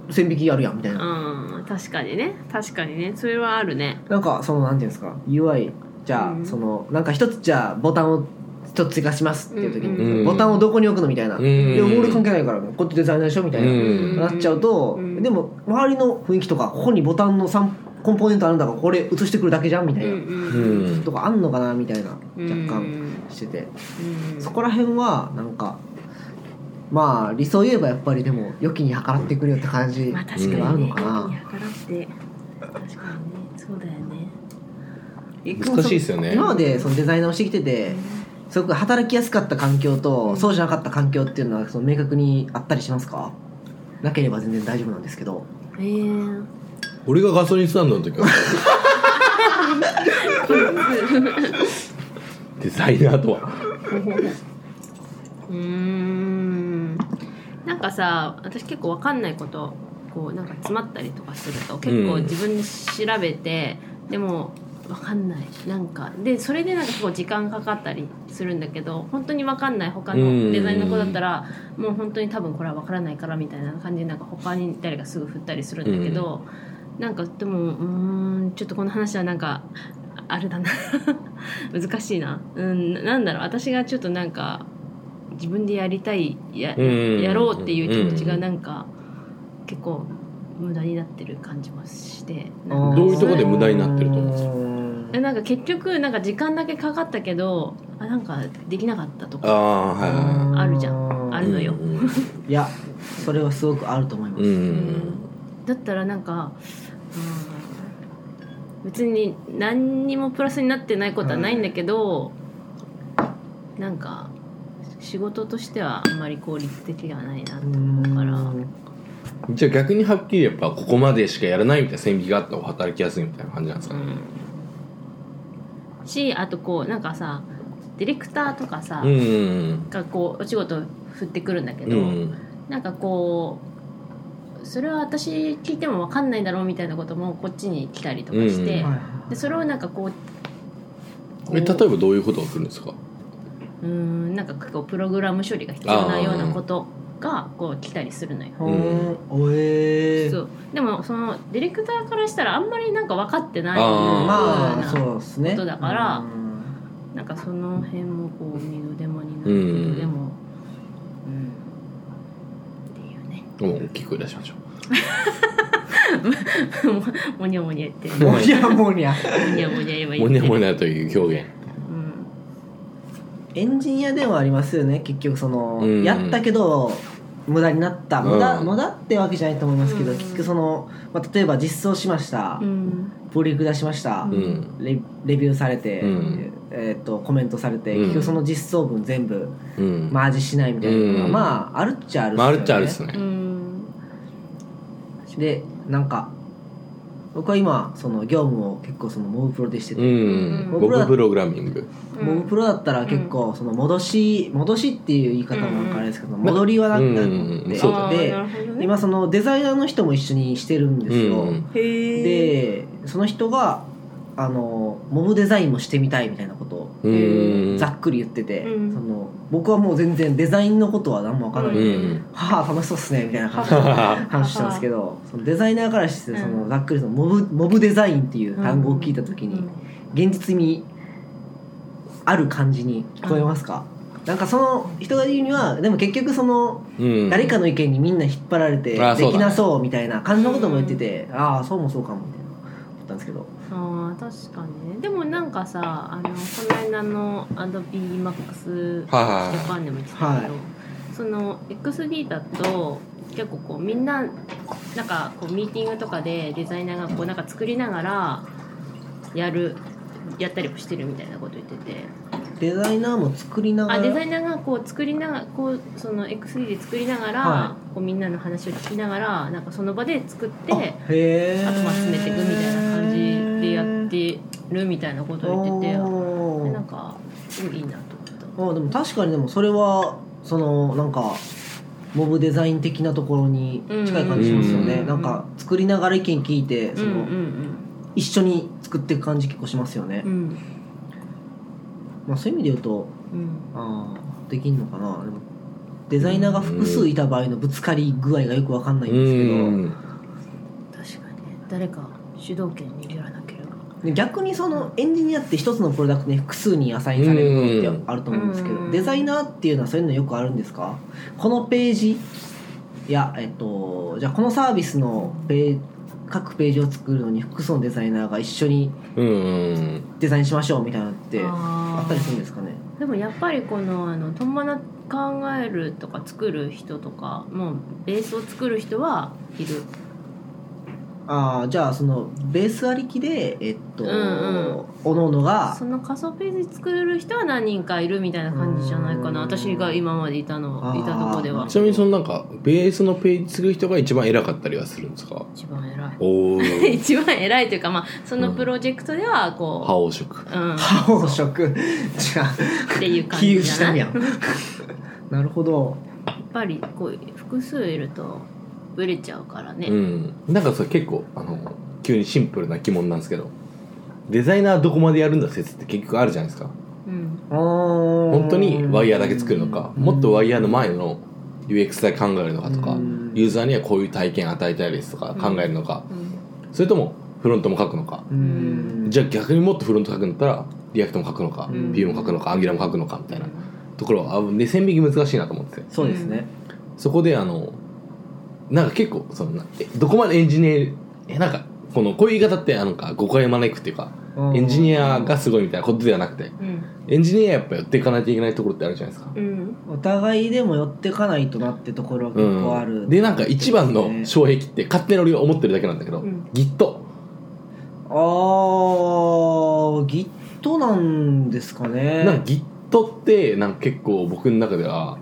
う線引きあるやんみたいな、
うん確かにね確かにねそれはあるね
なんかそのなんていうんですか UI じゃあ、
うん
そのなんか一つじゃあボタンを一つ追加しますっていう時に、
うんうん
ボタンをどこに置くのみたいな、
うん
いや俺関係ないからこっちデザイナーでしょみたいな、
うん
なっちゃうと、
うん
でも周りの雰囲気とかここにボタンの3コンポーネントあるんだからこれ映してくるだけじゃんみた
う
いな、
んうん
うん
とかあんのかなみたいな
うん
若干してて、
うん
そこら辺はなんかまあ理想言えばやっぱりでも良きに計らってくるよって感じ
まあ確かにね
があるのかな、
いやからって確かにねそうだよね
難しいですよね
今までそのデザイナーをしてきててすごく働きやすかった環境とそうじゃなかった環境っていうのはその明確にあったりしますかなければ全然大丈夫なんですけど
えー、
俺がガソリンスタンドの 時はデザイナーとは
うーんなんかさ私結構わかんないことこうなんか詰まったりとかすると結構
うん
自分で調べて、でもわかんないなんかでそれでなんか結構時間かかったりするんだけど本当にわかんない他
うん
のデザインの子だったらもう本当に多分これはわからないからみたいな感じでなんか他に誰かすぐ振ったりするんだけど、なんかでもうーんちょっとこの話はなんかああれだな 難しいなうんなんだろう私がちょっとなんか自分でやりたいや,、
うん
やろうっていう気持ちが
うん
なんか、結構無駄になってる感じもして
んどういうとこで無駄になってると思うんです
うん
えなんか結局なんか時間だけかかったけどあなんかできなかったと
あ
か
あはいはいは
あるじゃ
ん
あ
い
るのよ
うん
いやそれはすごくあると思います、
うん
だったらなんか、うん、別に何にもプラスになってないことはないんだけど、なんか仕事としてはあんまり効率的ではないなと思うから。
うんじゃあ逆にはっきりやっぱここまでしかやらないみたいな線引きがあった方が働きやすいみたいな感じなんですかね
うんしあとこうなんかさディレクターとかさ、
うんうん
がこうお仕事振ってくるんだけ
うんう
ど、
ん
なんかこうそれは私聞いても分かんないだろうみたいなこともこっちに来たりとかして、
うん
はいはい
でそれをなんかこうこう
え例えばどういうことをするんですか
うーんなんかこうプログラム処理が必要なようなことがこう来たりするのよ。
はいうんおえー
そうでもそのディレクターからしたらあんまりなんか分かってない
あー
ま
よう
あ
な
そうですね
ことだから
うん
なんかその辺もこう二度でも
う
二度
ん
でも、うん、っていうね
もう大きく出しましょ
ももにゃもにゃ言ってる
もにゃもにゃ
もにゃもにゃ今
う
言
も
って
にゃ
る
もにゃという表現
うん
エンジニアではありますよね結局その、
うん
やったけど無駄になった無駄,、
うん
無駄ってわけじゃないと思いますけど、
うん
結局その、まあ、例えば実装しました、
うん
プリク出しました、
うん
レレビューされて、
うん
えー、とコメントされて、
うん
結局その実装分全部
うん
マージしないみたいなのが、
うん
まああるっちゃある
まああるっちゃあるっ
ですすよ
ね
うん
でなんか僕は今その業務を結構そのモブプロでしてて、
うん
僕
僕
ら
プログラミング
モブプロだったら結構その戻し戻しっていう言い方もなんかあれですけど、
ん
戻りはなんか
うん
で、
そうだ
あーなるほどね
今そのデザイナーの人も一緒にしてるんですよ、
うん
へえ
でその人があのモブデザインもしてみたいみたいなことを
うん
ざっくり言ってて、
うん
その僕はもう全然デザインのことは何も分からな
う
い、
うん
ん
はあ楽しそうっすねみたいな感じ
は
で
は
話してたんですけどそのデザイナーからしてそ
うん
のざっくりそのモブモブデザインっていう単語を聞いた時に、現実味ある感じに聞こえますか、なんかその人が言うにはでも結局その
うん
誰かの意見にみんな引っ張られて
あーそうだ
で
ね
きなそうみたいな感じのことも言ってて、ああそうもそうかもみたいな思ったんですけど
あー確かにねでもなんかさあのこの間の AdobeMax ジ
はい
ャパンでも言ってたけど、
はい
その XD だと結構こうみんななんかこうミーティングとかでデザイナーがこうなんか作りながらやるやったりもしてるみたいなこと言ってて
デザイナーも作りながら
あデザイナーがこう作りながらこうその XD で作りながら、
は
こうみんなの話を聞きながらなんかその場で作って
へえ
あとまあ詰めていくみたいな感じでやってるみたいなことを言ってて
お
でな
ー
んかすごいいいなと思った
あーでも確かにでもそれはそのなんかモブデザイン的なところに近い感じしますよ
うんうん
ね
うん
なんか作りながら意見聞いてそ
うん
の一緒に作っていく感じ結構しますよね
うんう、ん
まあ、そういう意味で言うと
うん
あーできんのかなでもデザイナーが複数いた場合のぶつかり具合がよくわかんないんですけど、
うん
確かにね誰か主導権握らなければ
で逆にそのエンジニアって一つのプロダクトに複数にアサインされることってあると思うんですけ
う
ど
ん
デザイナーっていうのはそういうのよくあるんですかこのページいやえっとじゃあこのサービスのペー各ページを作るのに複数のデザイナーが一緒に
うん
デザインしましょうみたいなのってあ
あ
ったりするんですかね
でもやっぱりこのあの共な考えるとか作る人とかもうベースを作る人はいる
ああじゃあそのベースありきでえっと、
うんうん
おのおのが
その仮想ページ作る人は何人かいるみたいな感じじゃないかな
うん
私が今までいたのいたとこでは
あー
ちなみにそのなんかベースのページ作る人が一番偉かったりはするんです か
一番偉い
おお
一番偉いというかまあそのプロジェクトでは
覇
こ
王色
う、うん、っ
覇王色違う
ていう感
起
じ
由
じ
した
ゃない
んや
や
ん なるほど
っぱりこう複数いるとブレちゃうからね、
うんなんかそれ結構あの急にシンプルな疑問なんですけどデザイナーどこまでやるんだ説って結局あるじゃないですか
うん
本
本当にワイヤーだけ作るのかもっとワイヤーの前の UX だけ考えるのかとか
うん
ユーザーにはこういう体験与えたいですとか考えるのか
うん
それともフロントも書くのか
うん
じゃあ逆にもっとフロント書くんだったらリアクトも書くのか
うん
p も書くのかアンギュラも書くのかみたいなところはあね線引き難しいなと思ってて
そうですね、
そこであのなんか結構そのなえどこまでエンジニアえなんかこのこういう言い方ってなんか誤解招くっていうかエンジニアがすごいみたいなことではなくて
うん
エンジニアやっぱ寄っていかないといけないところってあるじゃないですか
うん
お互いでも寄ってかないとなってところは結構ある、
うん、でなんか一番の
ね
障壁って勝手に俺が思ってるだけなんだけど、
うん
Git
あー Git なんですかね
なんか Git ってなんか結構僕の中では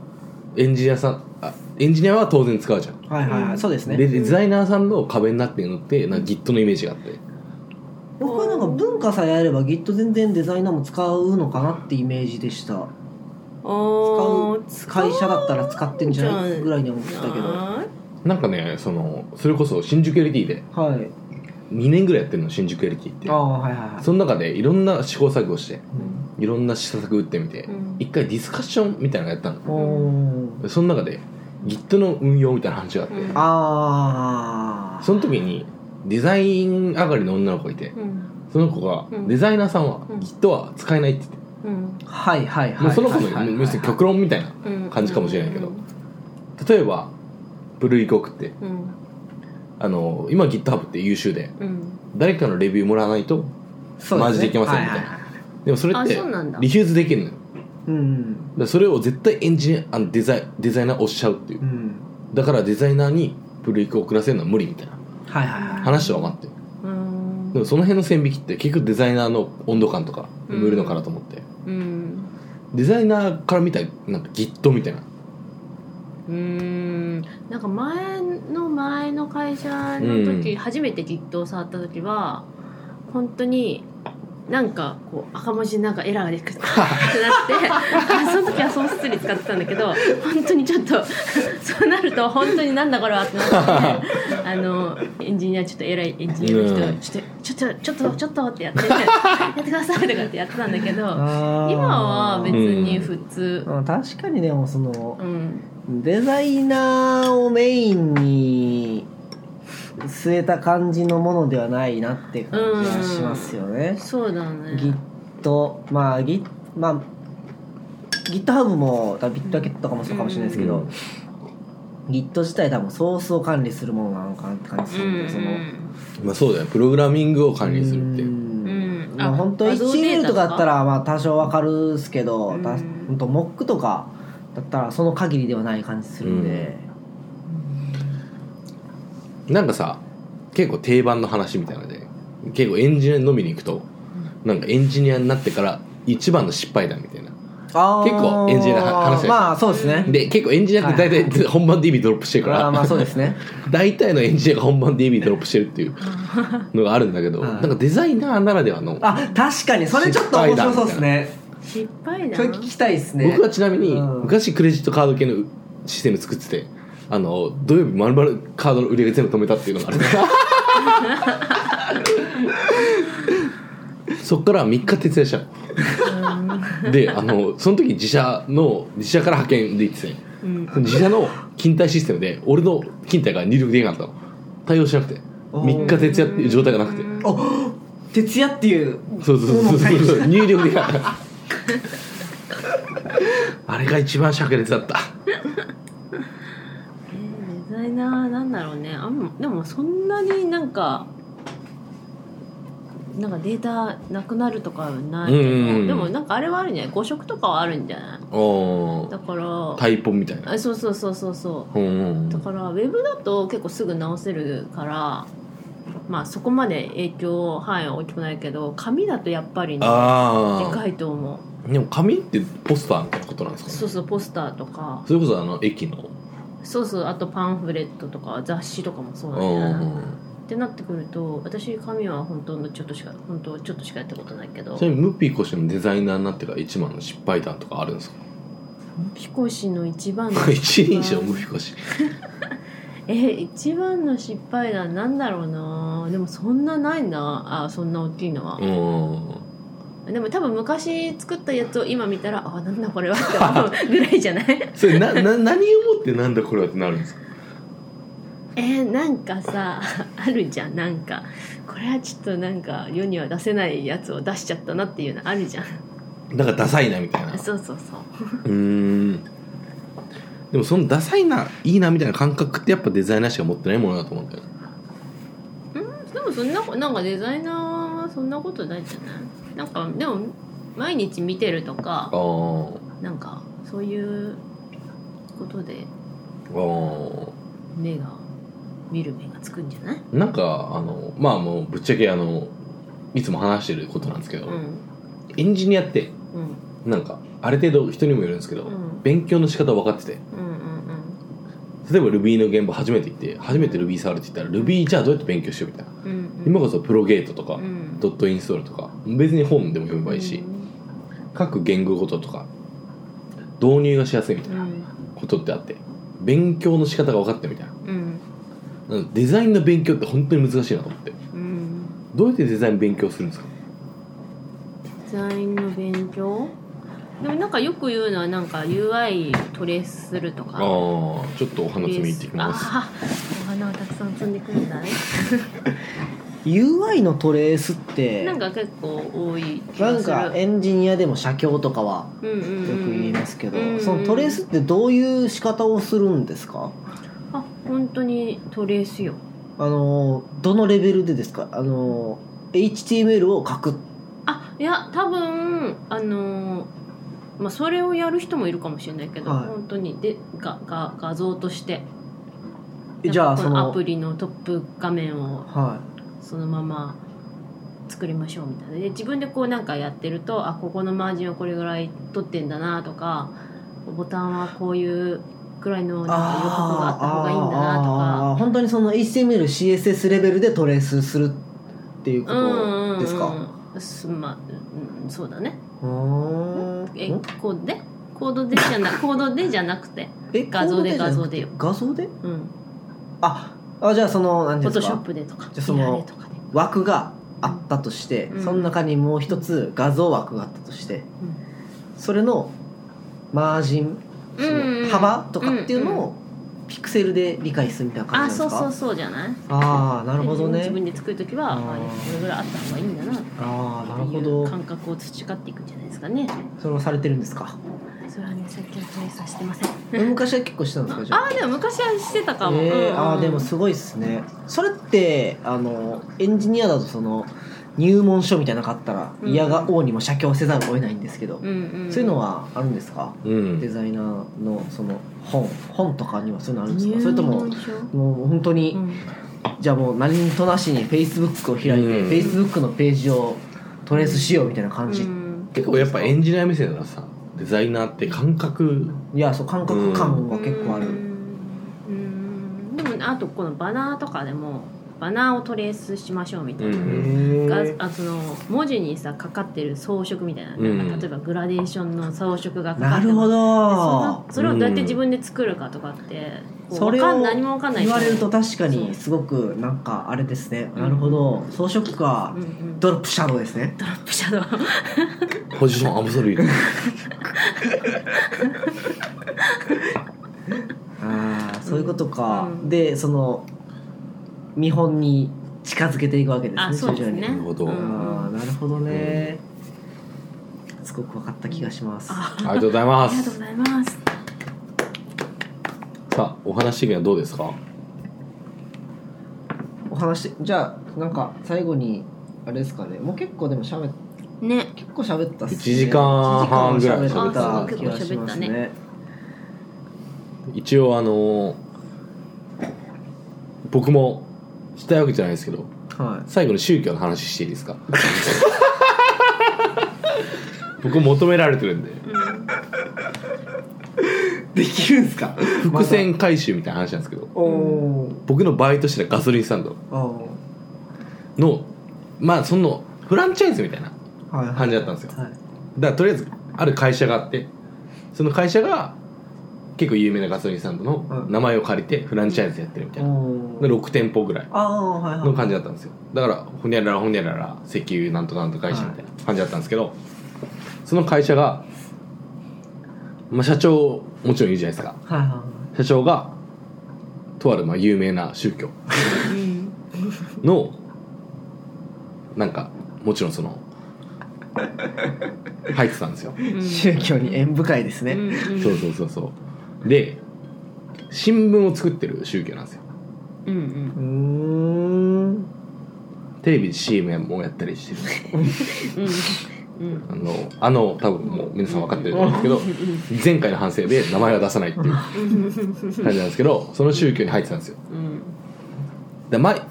エンジニアさんあエンジニアは当然使うじゃん、
はいはいはい、
うん
そうですね
でデザイナーさんの壁になってるのってなんか Git のイメージがあって
僕はなんか文化さえあれば Git 全然デザイナーも使うのかなってイメージでした
おー使
会社だったら使ってんじゃないぐらいには思ってたけど
ない
なんかねそのそれこそ新宿エリティで
はい
2年ぐらいやってるの新宿エリティって
ああはいはいはい
その中でいろんな試行錯誤して
うん
いろんな施策打ってみて
うん
一回ディスカッションみたいなのやったの
おー
でその中で Git の運用みたいな話があって、
うん
あー
その時にデザイン上がりの女の子がいて
うん
その子が
うん
デザイナーさんは
うん
Git は使えないって言って、
うん
はいはいはい
もうその子
はいはいはい
の要するに極論みたいな
うん
感じかもしれないけど例えばブルーリコークって
うん
あの今 GitHub って優秀で
うん
誰かのレビューもらわないと
そうすね
マジでいけません
はは
みたいでもそれ
あ
って
そうなんだ
リフューズできるのよだか
うん
らそれを絶対エンジニアあのデザイデザイナー押しちゃうっていう
うん
だからデザイナーにブルーリコークらせるのは無理みたいな
はいはいはい
話は待って
うん
でもその辺の線引きって結局デザイナーの温度感とか
うん
生むるのかなと思って、
うん
デザイナーから見たらなんか Git みたいな
うんなんか前の前の会社の時、
うん
初めて Git を触った時は本当になんかこう赤文字でなんかエラーが出て くるってなってあその時は損失率使ってたんだけど本当にちょっとそうなると本当になんだこれはってなって あのエンジニアちょっと偉いエンジニアの人、
うん
ちょっとちょっとちょっとちょっとってやって、やってくださいとかってやってたんだけど今は別に普通、
うん確かにでもその
うん、
デザイナーをメインに据えた感じのものではないなって感じはしますよね。
そうだね
Git まあ Git まあ GitHub も多分 Bitbucket とかもそうかもしれないですけど、Git 自体多分ソースを管理するものなのかなって感じするんで、その
まあそうだよプログラミングを管理するって
う
うん
うんん
まあ、本当1メールとかだったらまあ多少わかるっすけど、
うん
た本当モックとかだったらその限りではない感じするんで、
なんかさ結構定番の話みたいなので結構エンジニアに飲みに行くとなんかエンジニアになってから一番の失敗談みたいな
あー
結構エンジニアの話だよ
まあそうですね、
で結構エンジニアって大体本番 DB ドロップしてるか
ま
ら
あまあそうですね
大体のエンジニアが本番 DB ドロップしてるっていうのがあるんだけど
はい
なんかデザイナーならではの
あ確かにそれちょっと面白そうですね
失敗
それ
談
聞きたいですね
僕はちなみに
うん
昔クレジットカード系のシステム作っててあの土曜日まるまるカードの売り上げ全部止めたっていうのがあ るそっから3日徹夜したのであのその時自社の自社から派遣で行ってて
うん
自社の勤怠システムで俺の勤怠が入力できなかったの対応しなくて
おー
3日徹夜っていう状態がなくて
お徹夜っていう
そうそうそうそうそう入力できなかった あれが一番灼熱だった
えーデザイナーなんだろうねあんまでもそんなになんかなんかデータなくなるとかはないけ
うん
ど、
うんうん
でもなんかあれはあるんじゃない誤植とかはあるんじゃない
おー
だから
タイポンみたいな
あそうそうそうそうそ
うんうんうん
うだからウェブだと結構すぐ直せるからまあそこまで影響範囲は大きくないけど紙だとやっぱりねで
あ
かいと思う
あでも紙ってポスターみたいなことなんですかね
そうそうポスターとか
それこそあの駅の
そうそうあとパンフレットとか雑誌とかもそう
う
なん
ん
じ
う
ゃない
んうん
ってなってくると私紙は本当のちょっとしか本当ちょっとしかやったことないけど
ちなみにムッピー越しのデザイナーになってから一番の失敗談とかあるんですか
ピコシの一番の
一人称ムッピー越し
え一番の失敗談なんだろうなでもそんなないなあそんな大きいのは
う、ん
でも多分昔作ったやつを今見たらあなんだこれはって 思うぐらいじゃない
それなな何をもってなんだこれはってなるんですか
えーなんかさあるじゃんなんかこれはちょっとなんか世には出せないやつを出しちゃったなっていうのあるじゃん
なんかダサいなみたいなう
そうそうそう
ーんでもそのダサいないいなみたいな感覚ってやっぱデザイナーしか持ってないものだと思うんだよね
でもそんなこなんかデザイナーはそんなことないじゃないなんかでも毎日見てると
あ
か
あ
なんかそういうことで
ああ
目が見る目がつくんじゃない、
なんかあのまあもうぶっちゃけあのいつも話してることなんですけど、
うん
エンジニアって
うん、
なんかある程度人にもよるんですけど、
うんうん
勉強の仕方分かってて
うんうん
例えば Ruby の現場初めて行って初めて Ruby 触るって言ったら Ruby じゃあどうやって勉強しようみたいな、
うんうん
今こそプロゲートとか、
うん
ドットインストールとか別に本でも読めばいいし、各言語ごととか導入がしやすいみた
う
いなんことってあって勉強の仕方が分かってみたいな
うん
なのでデザインの勉強って本当に難しいなと思って
うん
どうやってデザイン勉強するんですか
デザインの勉強でもなんかよく言うのはなんか UI トレースするとか
あーちょっとお花摘み行ってきます
あーお花をたくさん摘んでくるんだね
UI のトレースって
なんか結構多い気
な
が
ん
する
かエンジニアでも写経とかは
うんうん
よ
う
く
ん
言いますけど、
うんうん
そのトレースってどういう仕方をするんですか
あ本当にトレースよ
あのどのレベルでですかあの HTML を書く
あいや多分あのーまあそれをやる人もいるかもしれないけど、
はい
本当にでがが画像として
えじゃ
な
あ
んか
そ
こ
の
アプリのトップ画面を
は
そのまま作りましょうみたいなで自分でこうなんかやってるとあここのマージンはこれぐらい取ってんだなとかボタンはこういうくらいのなん
い
か余白があった方がいいんだなとか
あーあー本当にその HTMLCSS レベルでトレースするっていうこ
うんうんうん
とですか
すまあ、うん、そうだね
うー
え
ん
コードでコードでじゃな コードでじゃなくて
え
画像
コ
で
ー
画
ドじゃな
像
くて
でよ、
画像で
うん、
ああじゃあその何
フ
で
ォ
す
トショッ
か
プでとか
じゃあその
ミラーでとかで、
枠があったとして、
うん
その中にもう一つ画像枠があったとして
うん
それのマージンそ
うんう
の
ん
幅とかっていうの
うん
をピクセルで理解するみたいな感
あ
じな
そ
んで
うそう
すか
そうじゃない
ああなるほど
で自
ね
分で作る時は
あー
あこれぐらいあった方がいいんだなって
ああなるほ
いう
ど
感覚を培っていくんじゃないですかね
それをされてるんですか
それはね最近は対さしてません
昔は結構したんですかじゃあ
ああでも昔はしてたかも、
えーあーでも
そ
すごいっすねそれってあのエンジニアだとその入門書みたいなの買ったら
うん
嫌が王にも写経せざるを得ないんですけど、
うんうん、
そういうのはあるんですか、
うん
デザイナーのその本本とかにはそういうのあるんですかそれとも
入門書
もう本当に、
うん
じゃあもう何となしに Facebook を開いて、
うん
Facebook のページをトレースしようみたいな感じ、
うん
結構やっぱエンジニア目線だとさデザイナーって感覚
いやそう感覚感は結構ある、
うんでもあとこのバナーとかでもバナーをトレースしましょうみたいな、
うん
が
へ
あその文字にさかかってる装飾みたいな,、
うん
なんか例えばグラデーションの装飾が
ー
かか
な
って
る
ま
ほど
すでそのそれをどうやって自分で作るかとかってこう
それを
わかん何もわかんない
言われると確か
そう
にすごくなんかあれですね、
うん
なるほど装飾か
うんうん、ド
ドロップシャドウですね
ラップシャドウ
ポジションアブソ ルート
ああそういうことか、
うん
でその見本に近づけていくわけですね
あそうです
徐々に
ね
なるほど
うんうん
ああなるほどね、すごく分かった気がします
あ
ありがとうございま
ありがとうご
す
ざいます
さあお話的にはどうですか
お話じゃあなんか最後にあれですかねもう結構でもしゃべ
ね
結構しゃべったっす、ね、
一時間半ぐらい
一時間は喋った気が
あそう結構
し
喋っ
ま
た
す
ね
ね
一応あのー僕もしたいわけじゃないですけど
はい
最後に宗教の話していいです か僕求められてるんで
できるんすか
伏線回収みたいな話なんですけど
おお
僕のバイトしてたガソリンスタンド
あー
のまあそのフランチャイズみたいな
はいはい
感じだったんですよ
は
だ
い
からとりあえずある会社があってその会社が結構有名なガソリンスタンドの名前を借りてフランチャイズやってるみたいな、
お
で
ー
6店舗ぐらい
ああはいはい
の 感じだったんですよだからほにゃららほにゃらら石油なんとかなんとか会社みたいな感じだったんですけど、その会社が、まあ、社長もちろんいるじゃないですか
はいは
社長がとあるまあ有名な宗教のなんかもちろんその入ってたんですよ
うん
い宗教に縁深いですね、
うんうん
そうそうそうそうで新聞を作ってる宗教なんですよ
うんうん
うーん
テレビで CM もやったりしてる
うんうん
あのあの多分もう皆さん分かってると思うんですけど前回の反省で名前は出さないっていう感じなんですけどその宗教に入ってたんですよ
うん
で前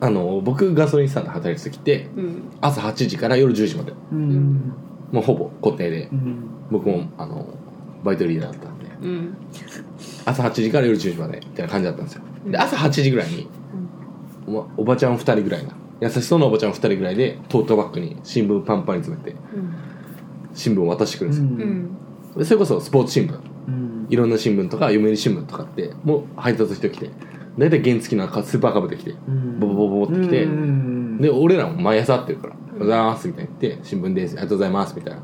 あの僕ガソリンスタンドで働いてる時って
うん
朝8時から夜10時まで
うん
もうほぼ固定で
うん
僕もあのバイトリーダーだったんで
うん
朝8時から夜10時までみたいな感じだったんですよで朝8時ぐらいにおばおばちゃん2人ぐらいな優しそうなおばちゃん2人ぐらいでトートバッグに新聞パンパンに詰めて新聞を渡してくるんで
う
すよ、
うんん
でそれこそスポーツ新聞
うん
いろんな新聞とか読売新聞とかってもう配達してきて大体原付きのスーパーカブできてボボボボってきて
うんうん
で俺らも毎朝会ってるから「おはようございます」みたいに言って「新聞ですありがとうございます」みたいな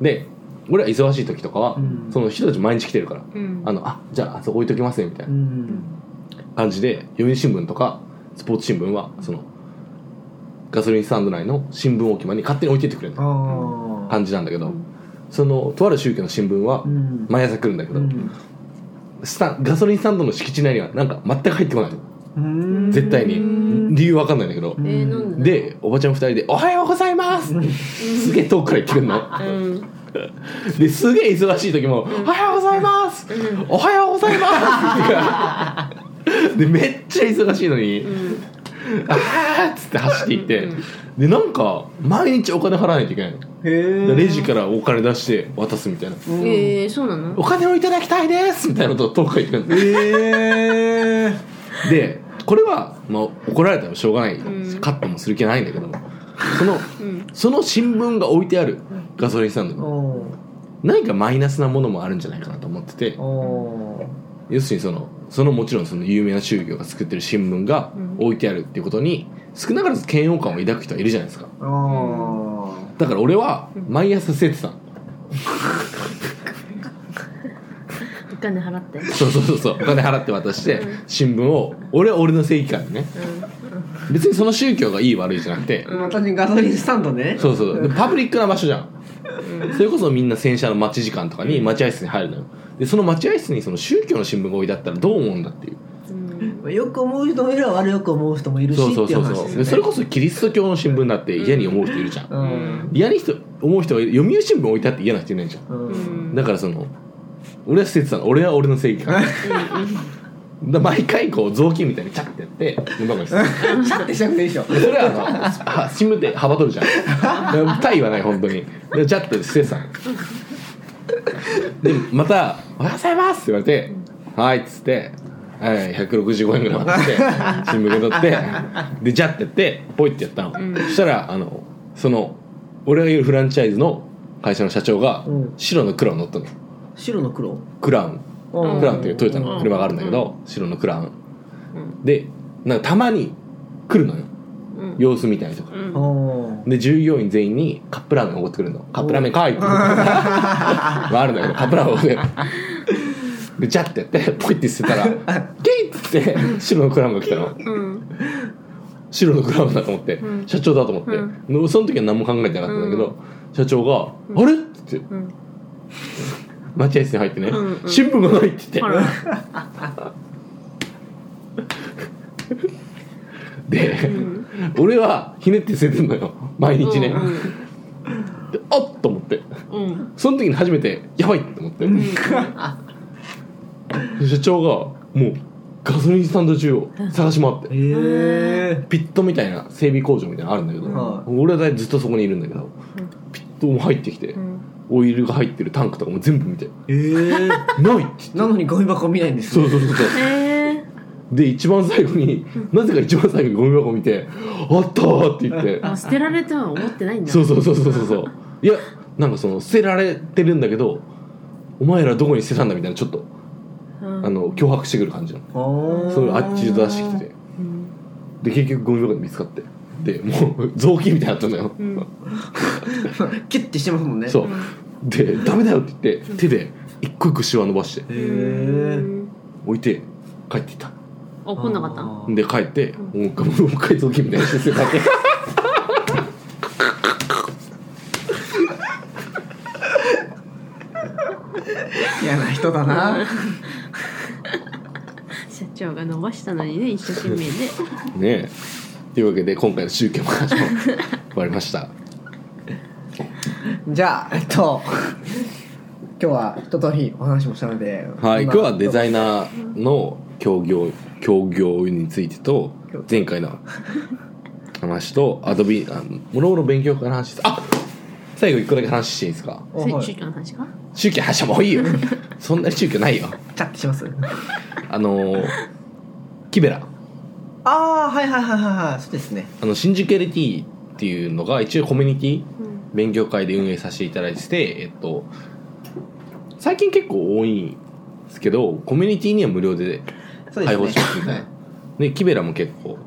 で俺ら忙しい時とかは、
うん
その人たち毎日来てるから
うん
あのあじゃああそこ置いときますねみたいな
うん
感じで読売新聞とかスポーツ新聞はそのガソリンスタンド内の新聞置き場に勝手に置いてってくれる
ああ
感じなんだけど、
うん
そのとある宗教の新聞は
うん
毎朝来るんだけど、
うん
スタンガソリンスタンドの敷地内にはなんか全く入ってこない
うん
絶対
う
に理由わかんないんだけど
えー、なんで
でおばちゃん二人で「おはようございます」すげえ遠くから言ってくるの
だろううん
ですげえ忙しい時も「おはようございます」「おはようございます」でめっちゃ忙しいのに
うん
「あーっつって走っていって
うん
でなんか毎日お金払わないといけないの
へえ
レジからお金出して渡すみたいな「
えー、そうなの
お金をいただきたいです」みたいなことを遠くから言ってくるの
ええ
でこれは、まあ、怒られたらしょうがない、
ん
カットもする気ないんだけどもその
うん
その新聞が置いてあるガソリンスタンドに
おー
何かマイナスなものもあるんじゃないかなと思ってて
おー
要するにそのそのもちろんその有名な宗教が作ってる新聞が
うん
置いてあるっていうことに少なからず嫌悪感を抱く人はいるじゃないですか
あー
だから俺は毎朝捨ててたの
お金払って
そうそうそうそうお金払って渡して新聞を俺は俺の正義感でね別にその宗教がいい悪いじゃなくて
またガソリンスタンドね
そうそうでパブリックな場所じゃんそれこそみんな洗車の待ち時間とかに待合室に入るのよでその待合室にその宗教の新聞が置いてあったらどう思うんだっていう
うん
よく思う人もいれば悪く思う人もいるし
そ
っ
うそう
てい
そうう
話
そう
で、すよ
で
ね
それこそキリスト教の新聞だって嫌に思う人いるじゃん、
う
うん
ん
嫌に人思う人がいる読売新聞置いてあって嫌な人いないじゃん
うん
うん
だからその俺は施設なの俺は俺の正義感だから毎回こう雑巾みたいにチャッてやって文房具にする
シャッてしなくていいでしょ
でそれはあのは新聞って幅取るじゃんでタイはない本当にでチャッとしてさでまた「おはようございます」って言われて「はい」っつって、はい、165円ぐらい渡して新聞受け取ってでジャッてやってポイってやったの、
ん
そしたらあのその俺がいるフランチャイズの会社の社長が
うん
白のクラウン乗ったの
白の黒
クラウン
うん
クラウンっていうトヨタの車があるんだけど、白のクラウン
うん
でなんかたまに来るのよ
うん
様子見たりとか
うん
お
で従業員全員にカップラーメンおごってくれるのカップラーメンかいって言うのまああるんだけどカップラーメンおごってくれるでジャッてやってポイって捨てたら「ゲイ!」っつって白のクラムが来たの
うん
白のクラムだと思って、
うん
社長だと思って、のその時は何も考えてなかったんだけど、社長が「あれ?」っつって
うん
待合室に入ってね「
うんうん
新聞がない」って言って、
ほら
で、
ん
俺はひねって捨ててんのよ毎日ね、
うん
であっと思って
うんうん
その時に初めて「やばい!」って思って。社長がもうガソリンスタンド中を探し回っ
へ
て
え
ピットみたいな整備工場みたいなのあるんだけど、
は
俺はずっとそこにいるんだけど、ピットも入ってきて、
うん
オイルが入ってるタンクとかも全部見て
えー
「ない!」って
なのにゴミ箱見ないんです
そ
よ
うそうそうそう
へえ
で一番最後になぜか一番最後にゴミ箱見て「あった!」って言って
あ捨てられては思ってないんだ
そうそうそうそうそうそういやなんかその捨てられてるんだけどお前らどこに捨てたんだみたいなちょっと
うん
あの脅迫してくる感じの
お
そういうアッチュード出してきてて
うん
で結局ゴミ箱で見つかってでもう雑巾みたいになったんだよ、
うん
キュッてしてますもんね
そうで「ダメだよ」って言って手で一個一個シワ伸ばして
へ
う
え
ん
置いて帰っていった
怒んなかったの
で帰ってもう一回もう一回雑巾みたいにして捨てたわけ
嫌な人だな
社長が伸ばしたのにね一生懸命で
ねえというわけで今回の宗教の話も終わりました
じゃあえっと今日は一通りお話もしたので
はい今日はデザイ
ン
ナーの協業協業についてと前回の話とアドビあもろもろ勉強会の話ですあ最後一個だけ話していいですか
それ
はい
宗教の話か
宗教の話はもういいよそんなに宗教ないよ
チャッてします
あのーキベラ
ああはいはいはいはいはいそうですね
あの新宿 LT っていうのが一応コミュニティ
うん
勉強会で運営させていただいてて、えっと、最近結構多いんですけどコミュニティには無料で
そう
開放
で
し
すね
ますみたいなでキベラも結構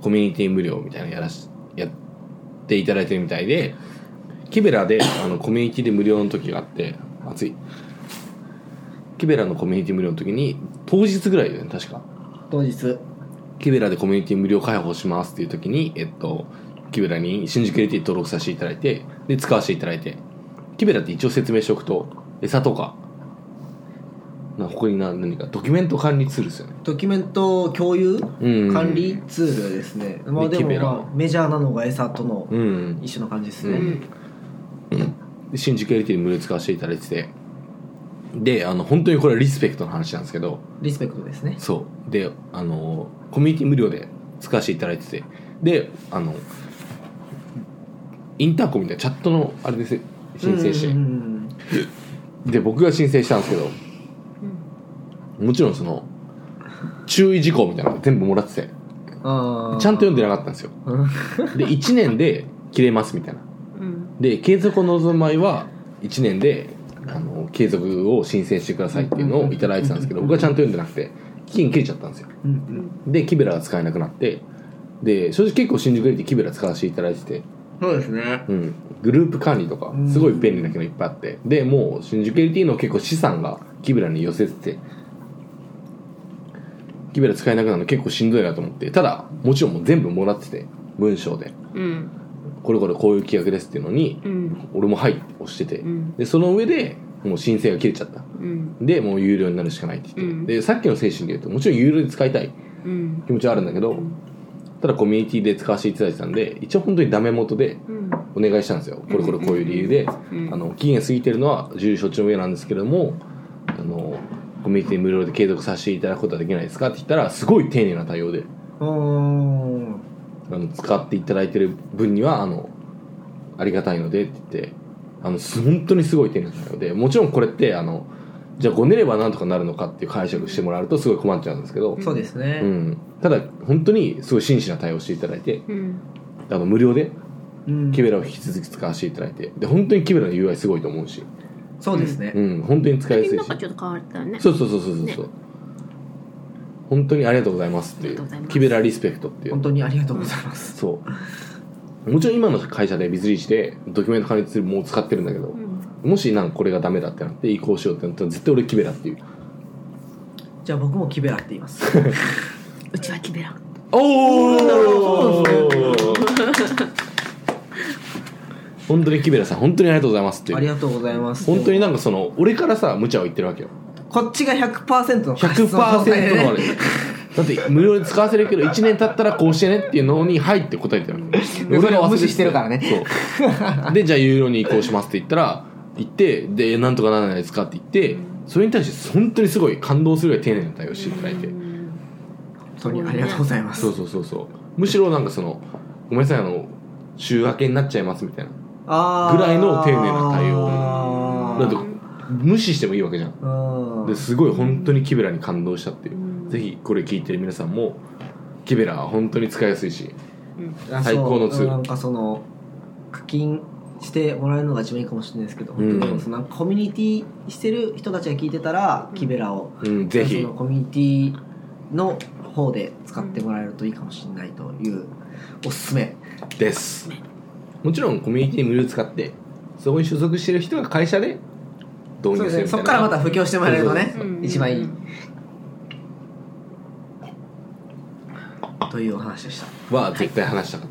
コミュニティ無料みたいなのやらしやっていただいてるみたいでキベラであのコミュニティで無料の時があって暑いキベラのコミュニティ無料の時に当日ぐらいだよね確か
当日
キベラでコミュニティ無料開放しますっていう時に、えっと、キベラに新宿 LT 登録させていただいて、で、使わせていただいて、キベラって一応説明しておくと、餌とか、なここにな何か、ドキュメント管理ツールですよね。
ドキュメント共有
うん
管理ツールですねまあ
で
で
キベ
も
ラ
まあメジャーなのが餌との
うん。
一緒の感じです
う
ね
んで新宿 LT で無料使わせていただいてて、で、あの、本当にこれはリスペクトの話なんですけど、
リスペクトですね
そうであのコミュニティ無料で使わせていただいててであのインターコみたいなチャットのあれです申請して、
うんうんうん
で僕が申請したんですけど、もちろんその注意事項みたいなの全部もらっててち
あー
ゃんと読んでなかったんですよ
うん
で1年で切れますみたいな
うん
で継続を望む場合は1年であの継続を申請してくださいっていうのをいただいてたんですけど僕はちゃんと読んでなくて期限切れちゃったんですよ
うんうん
でキベラが使えなくなってで正直結構新宿駅でキベラ使わせていただいてて、
そうですね
うん、グループ管理とか
うん
すごい便利な機能いっぱいあってでもう新宿 LT の結構資産がキベラに寄せててキベラ使えなくなるの結構しんどいなと思ってただもちろんもう全部もらってて文章で
うん
これこれこういう企画ですっていうのに
うん
俺も「はい」って押してて
うん
でその上でもう申請が切れちゃった
うん
でもう有料になるしかないって言って、
うん
でさっきの精神で言うともちろん有料で使いたい
うん
気持ちはあるんだけど、
うん
ただコミュニティで使わせていただいてたんで一応本当にダメ元で
うん
お願いしたんですよこれこれこういう理由で、
うん
あの期限過ぎてるのは重承知の上なんですけれどもあのコミュニティ無料で継続させていただくことはできないですかって言ったらすごい丁寧な対応で
うん
あの使っていただいてる分にはあのありがたいのでって言ってあのす本当にすごい丁寧なのでもちろんこれってあのじゃあごねればなんとかなるのかっていう解釈してもらうとすごい困っちゃうんですけど、
そうです
う
ね
ん、ただ本当にすごい真摯な対応していただいて
うん
あの無料で
うん
キベラを引き続き使わせていただいてで本当にキベラの UI すごいと思うし、
そうですね
うん、本当に使いやすい
最近なん
し
かちょっと変わったよね
そうそうそうそうそうそう、本当にありがとうございますってい
ありがとう
う
ございます
キベラリスペクトっていう
本当にありがとうございます
そうもちろん今の会社でビズリーチでドキュメント管理ツールもう使ってるんだけど
う、ん
もしなんかこれがダメだってなって移行しようってなったら絶対俺キベラっていう
じゃあ僕もキベラって言います
うちはキベラ
おおなる
ほど
本当にキベラさん本当にありがとうございますってい
あり
う
がとうございます
本当になんかその俺からさ無茶を言ってるわけよ
こっちが100%の過失
100%
を
のあ
犯して
れだって無料で使わせるけど1年経ったらこうしてねっていうのに「はい」って答えてる
ん
俺が忘れてて
無視してるからね
そうでじゃあ有料に移行しますって言ったら行ってでなんとかならないですかって言ってそれに対して本当にすごい感動するぐらい丁寧な対応していただいて
うん
本当にありがとうございます
そうそうそうそうむしろなんかそのごめんなさいあの週明けになっちゃいますみたいな
あー
ぐらいの丁寧な対応
あ
だ
ー
って無視してもいいわけじゃん
うん
ですごい本当にキベラに感動したっていううんぜひこれ聞いてる皆さんもキベラは本当に使いやすいし
うん
あ
最高のツー
そ
ル
うなんかその課金してもらえるのが一番いいかもしれないですけ
う
ど、
ん
本当にそのなんかコミュニティしてる人たちが聞いてたら、
うん
キベラを
うんぜ
そ
ひ
のコミュニティの方で使ってもらえるといいかもしれないというおすすめ
ですもちろんコミュニティ無料使ってそこに所属してる人が会社で導
そう
入
ですす
る
ね
み
そ
たい
こ
な
からまた布教してもらえるとね
そう
うん
一番いい
うん
というお話でした
は絶対話したかっ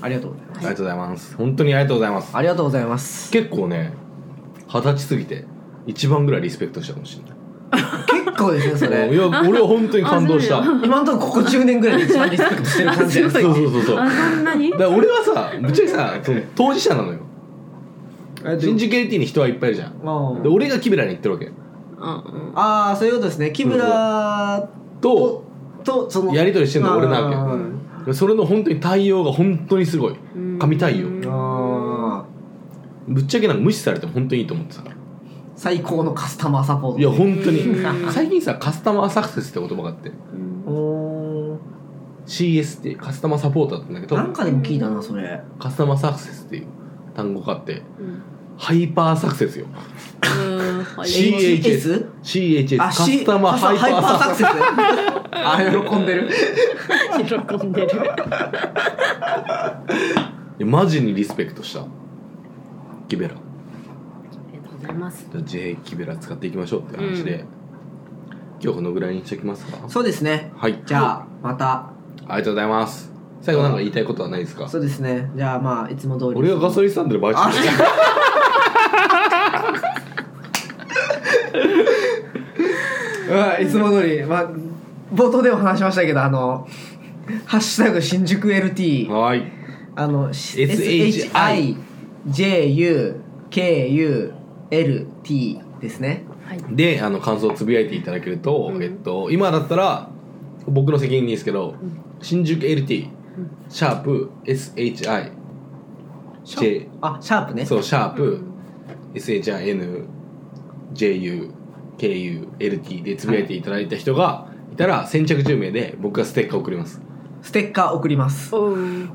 た、
ありがとうございます
ありがとうございます本当にありがとうございます
ありがとうございます
結構ね二十歳過ぎて一番ぐらいリスペクトしたかもしれない
結構ですねそ
い
れ
や俺は本当に感動した
あ
そ
そう
今のところここ10年ぐらいで一番リスペクトしてる感じじゃないです
そうそうそうだ
あ
か
そんなに
ら俺はさぶっちゃけさその当事者なのよ
か
新宿 LT に人はいっぱいいるじゃんで俺がキベラに行ってるわけ
うん
ああそういうことですね木村
と
とその
やり取りしてるのは俺な
あ
わ
ー
うん
けよそれの本当に対応が本当にすごい
うん
神対応
あ
ぶっちゃけなんか無視されても本当にいいと思ってたから
ー最高のカスタマーサポート
いや本当に
うん
最近さカスタマーサクセスって言葉があって
うん
おー
CS ってカスタマーサポーターって言うんだけ
なん
ど
かでも聞いたなそれ
カスタマーサクセスっていう単語があって
うん
ハイパーサクセスよ
うんはい
CA
HS?
CHS
あ
カ
C
スタマーハイパーサクセス
セス あ喜んでる
喜んでる
いやマジにリスペクトしたキベラ
ありがとうございます
じゃあ J キベラ使っていきましょうって話で、
う
今日このぐらいにしておきますか
そうですね
はい
じゃあまた
ありがとうございます最後なんか言いたいことはないですか
そうですねじゃあまあいつも通り
俺がガソリンスタンドでバイト
あ
してる
れうんいつも通りまあ冒頭でも話しましたけどあの「ハッシュタグ新宿 LT」
はーい
あの、し
SHI
SHIJUKULT ですね。
はい
であの感想をつぶやいていただけると、
うん
えっと、今だったら僕の責任ですけど、
ん
新宿 LT、
うん
シャープ SHI
シャー
J
あ、シャープね。
そうシャープ、
うん
SHINJUKULT でつぶやいていただいた人がいたら先着10名で僕がステッカー送ります
ステッカー送ります。
おー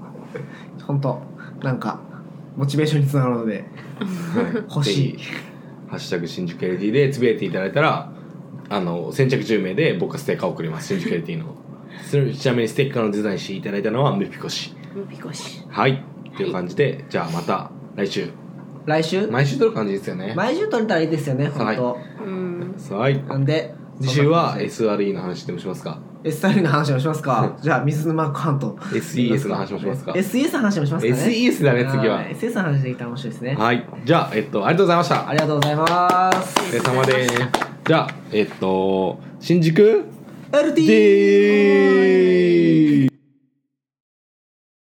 本当なんか、モチベーションにつながるので。欲し
ぜ
い
ひハッシュタグ新宿 LT でつぶやいていただいたらあの先着10名で僕がステッカーを送ります新宿 LT のそれちなみにステッカーのデザインしていただいたのはムピコ氏
ムピコシ
はいっていう感じでじゃあまた来週
来週
毎週撮る感じですよね
毎週撮れたらいいですよね、本当
うん
はい
なんで、
次週は SRE の話でもしますか
SRE の話もします かじゃあ水沼関東
SES の話もしますか
SES の話もしますかね
SES だね次は
はい SES の話できたら面白いですね
はいじゃあえっとありがとうございました
ありがとうございます
お疲れ様ですじゃあえっと新宿
LT!
D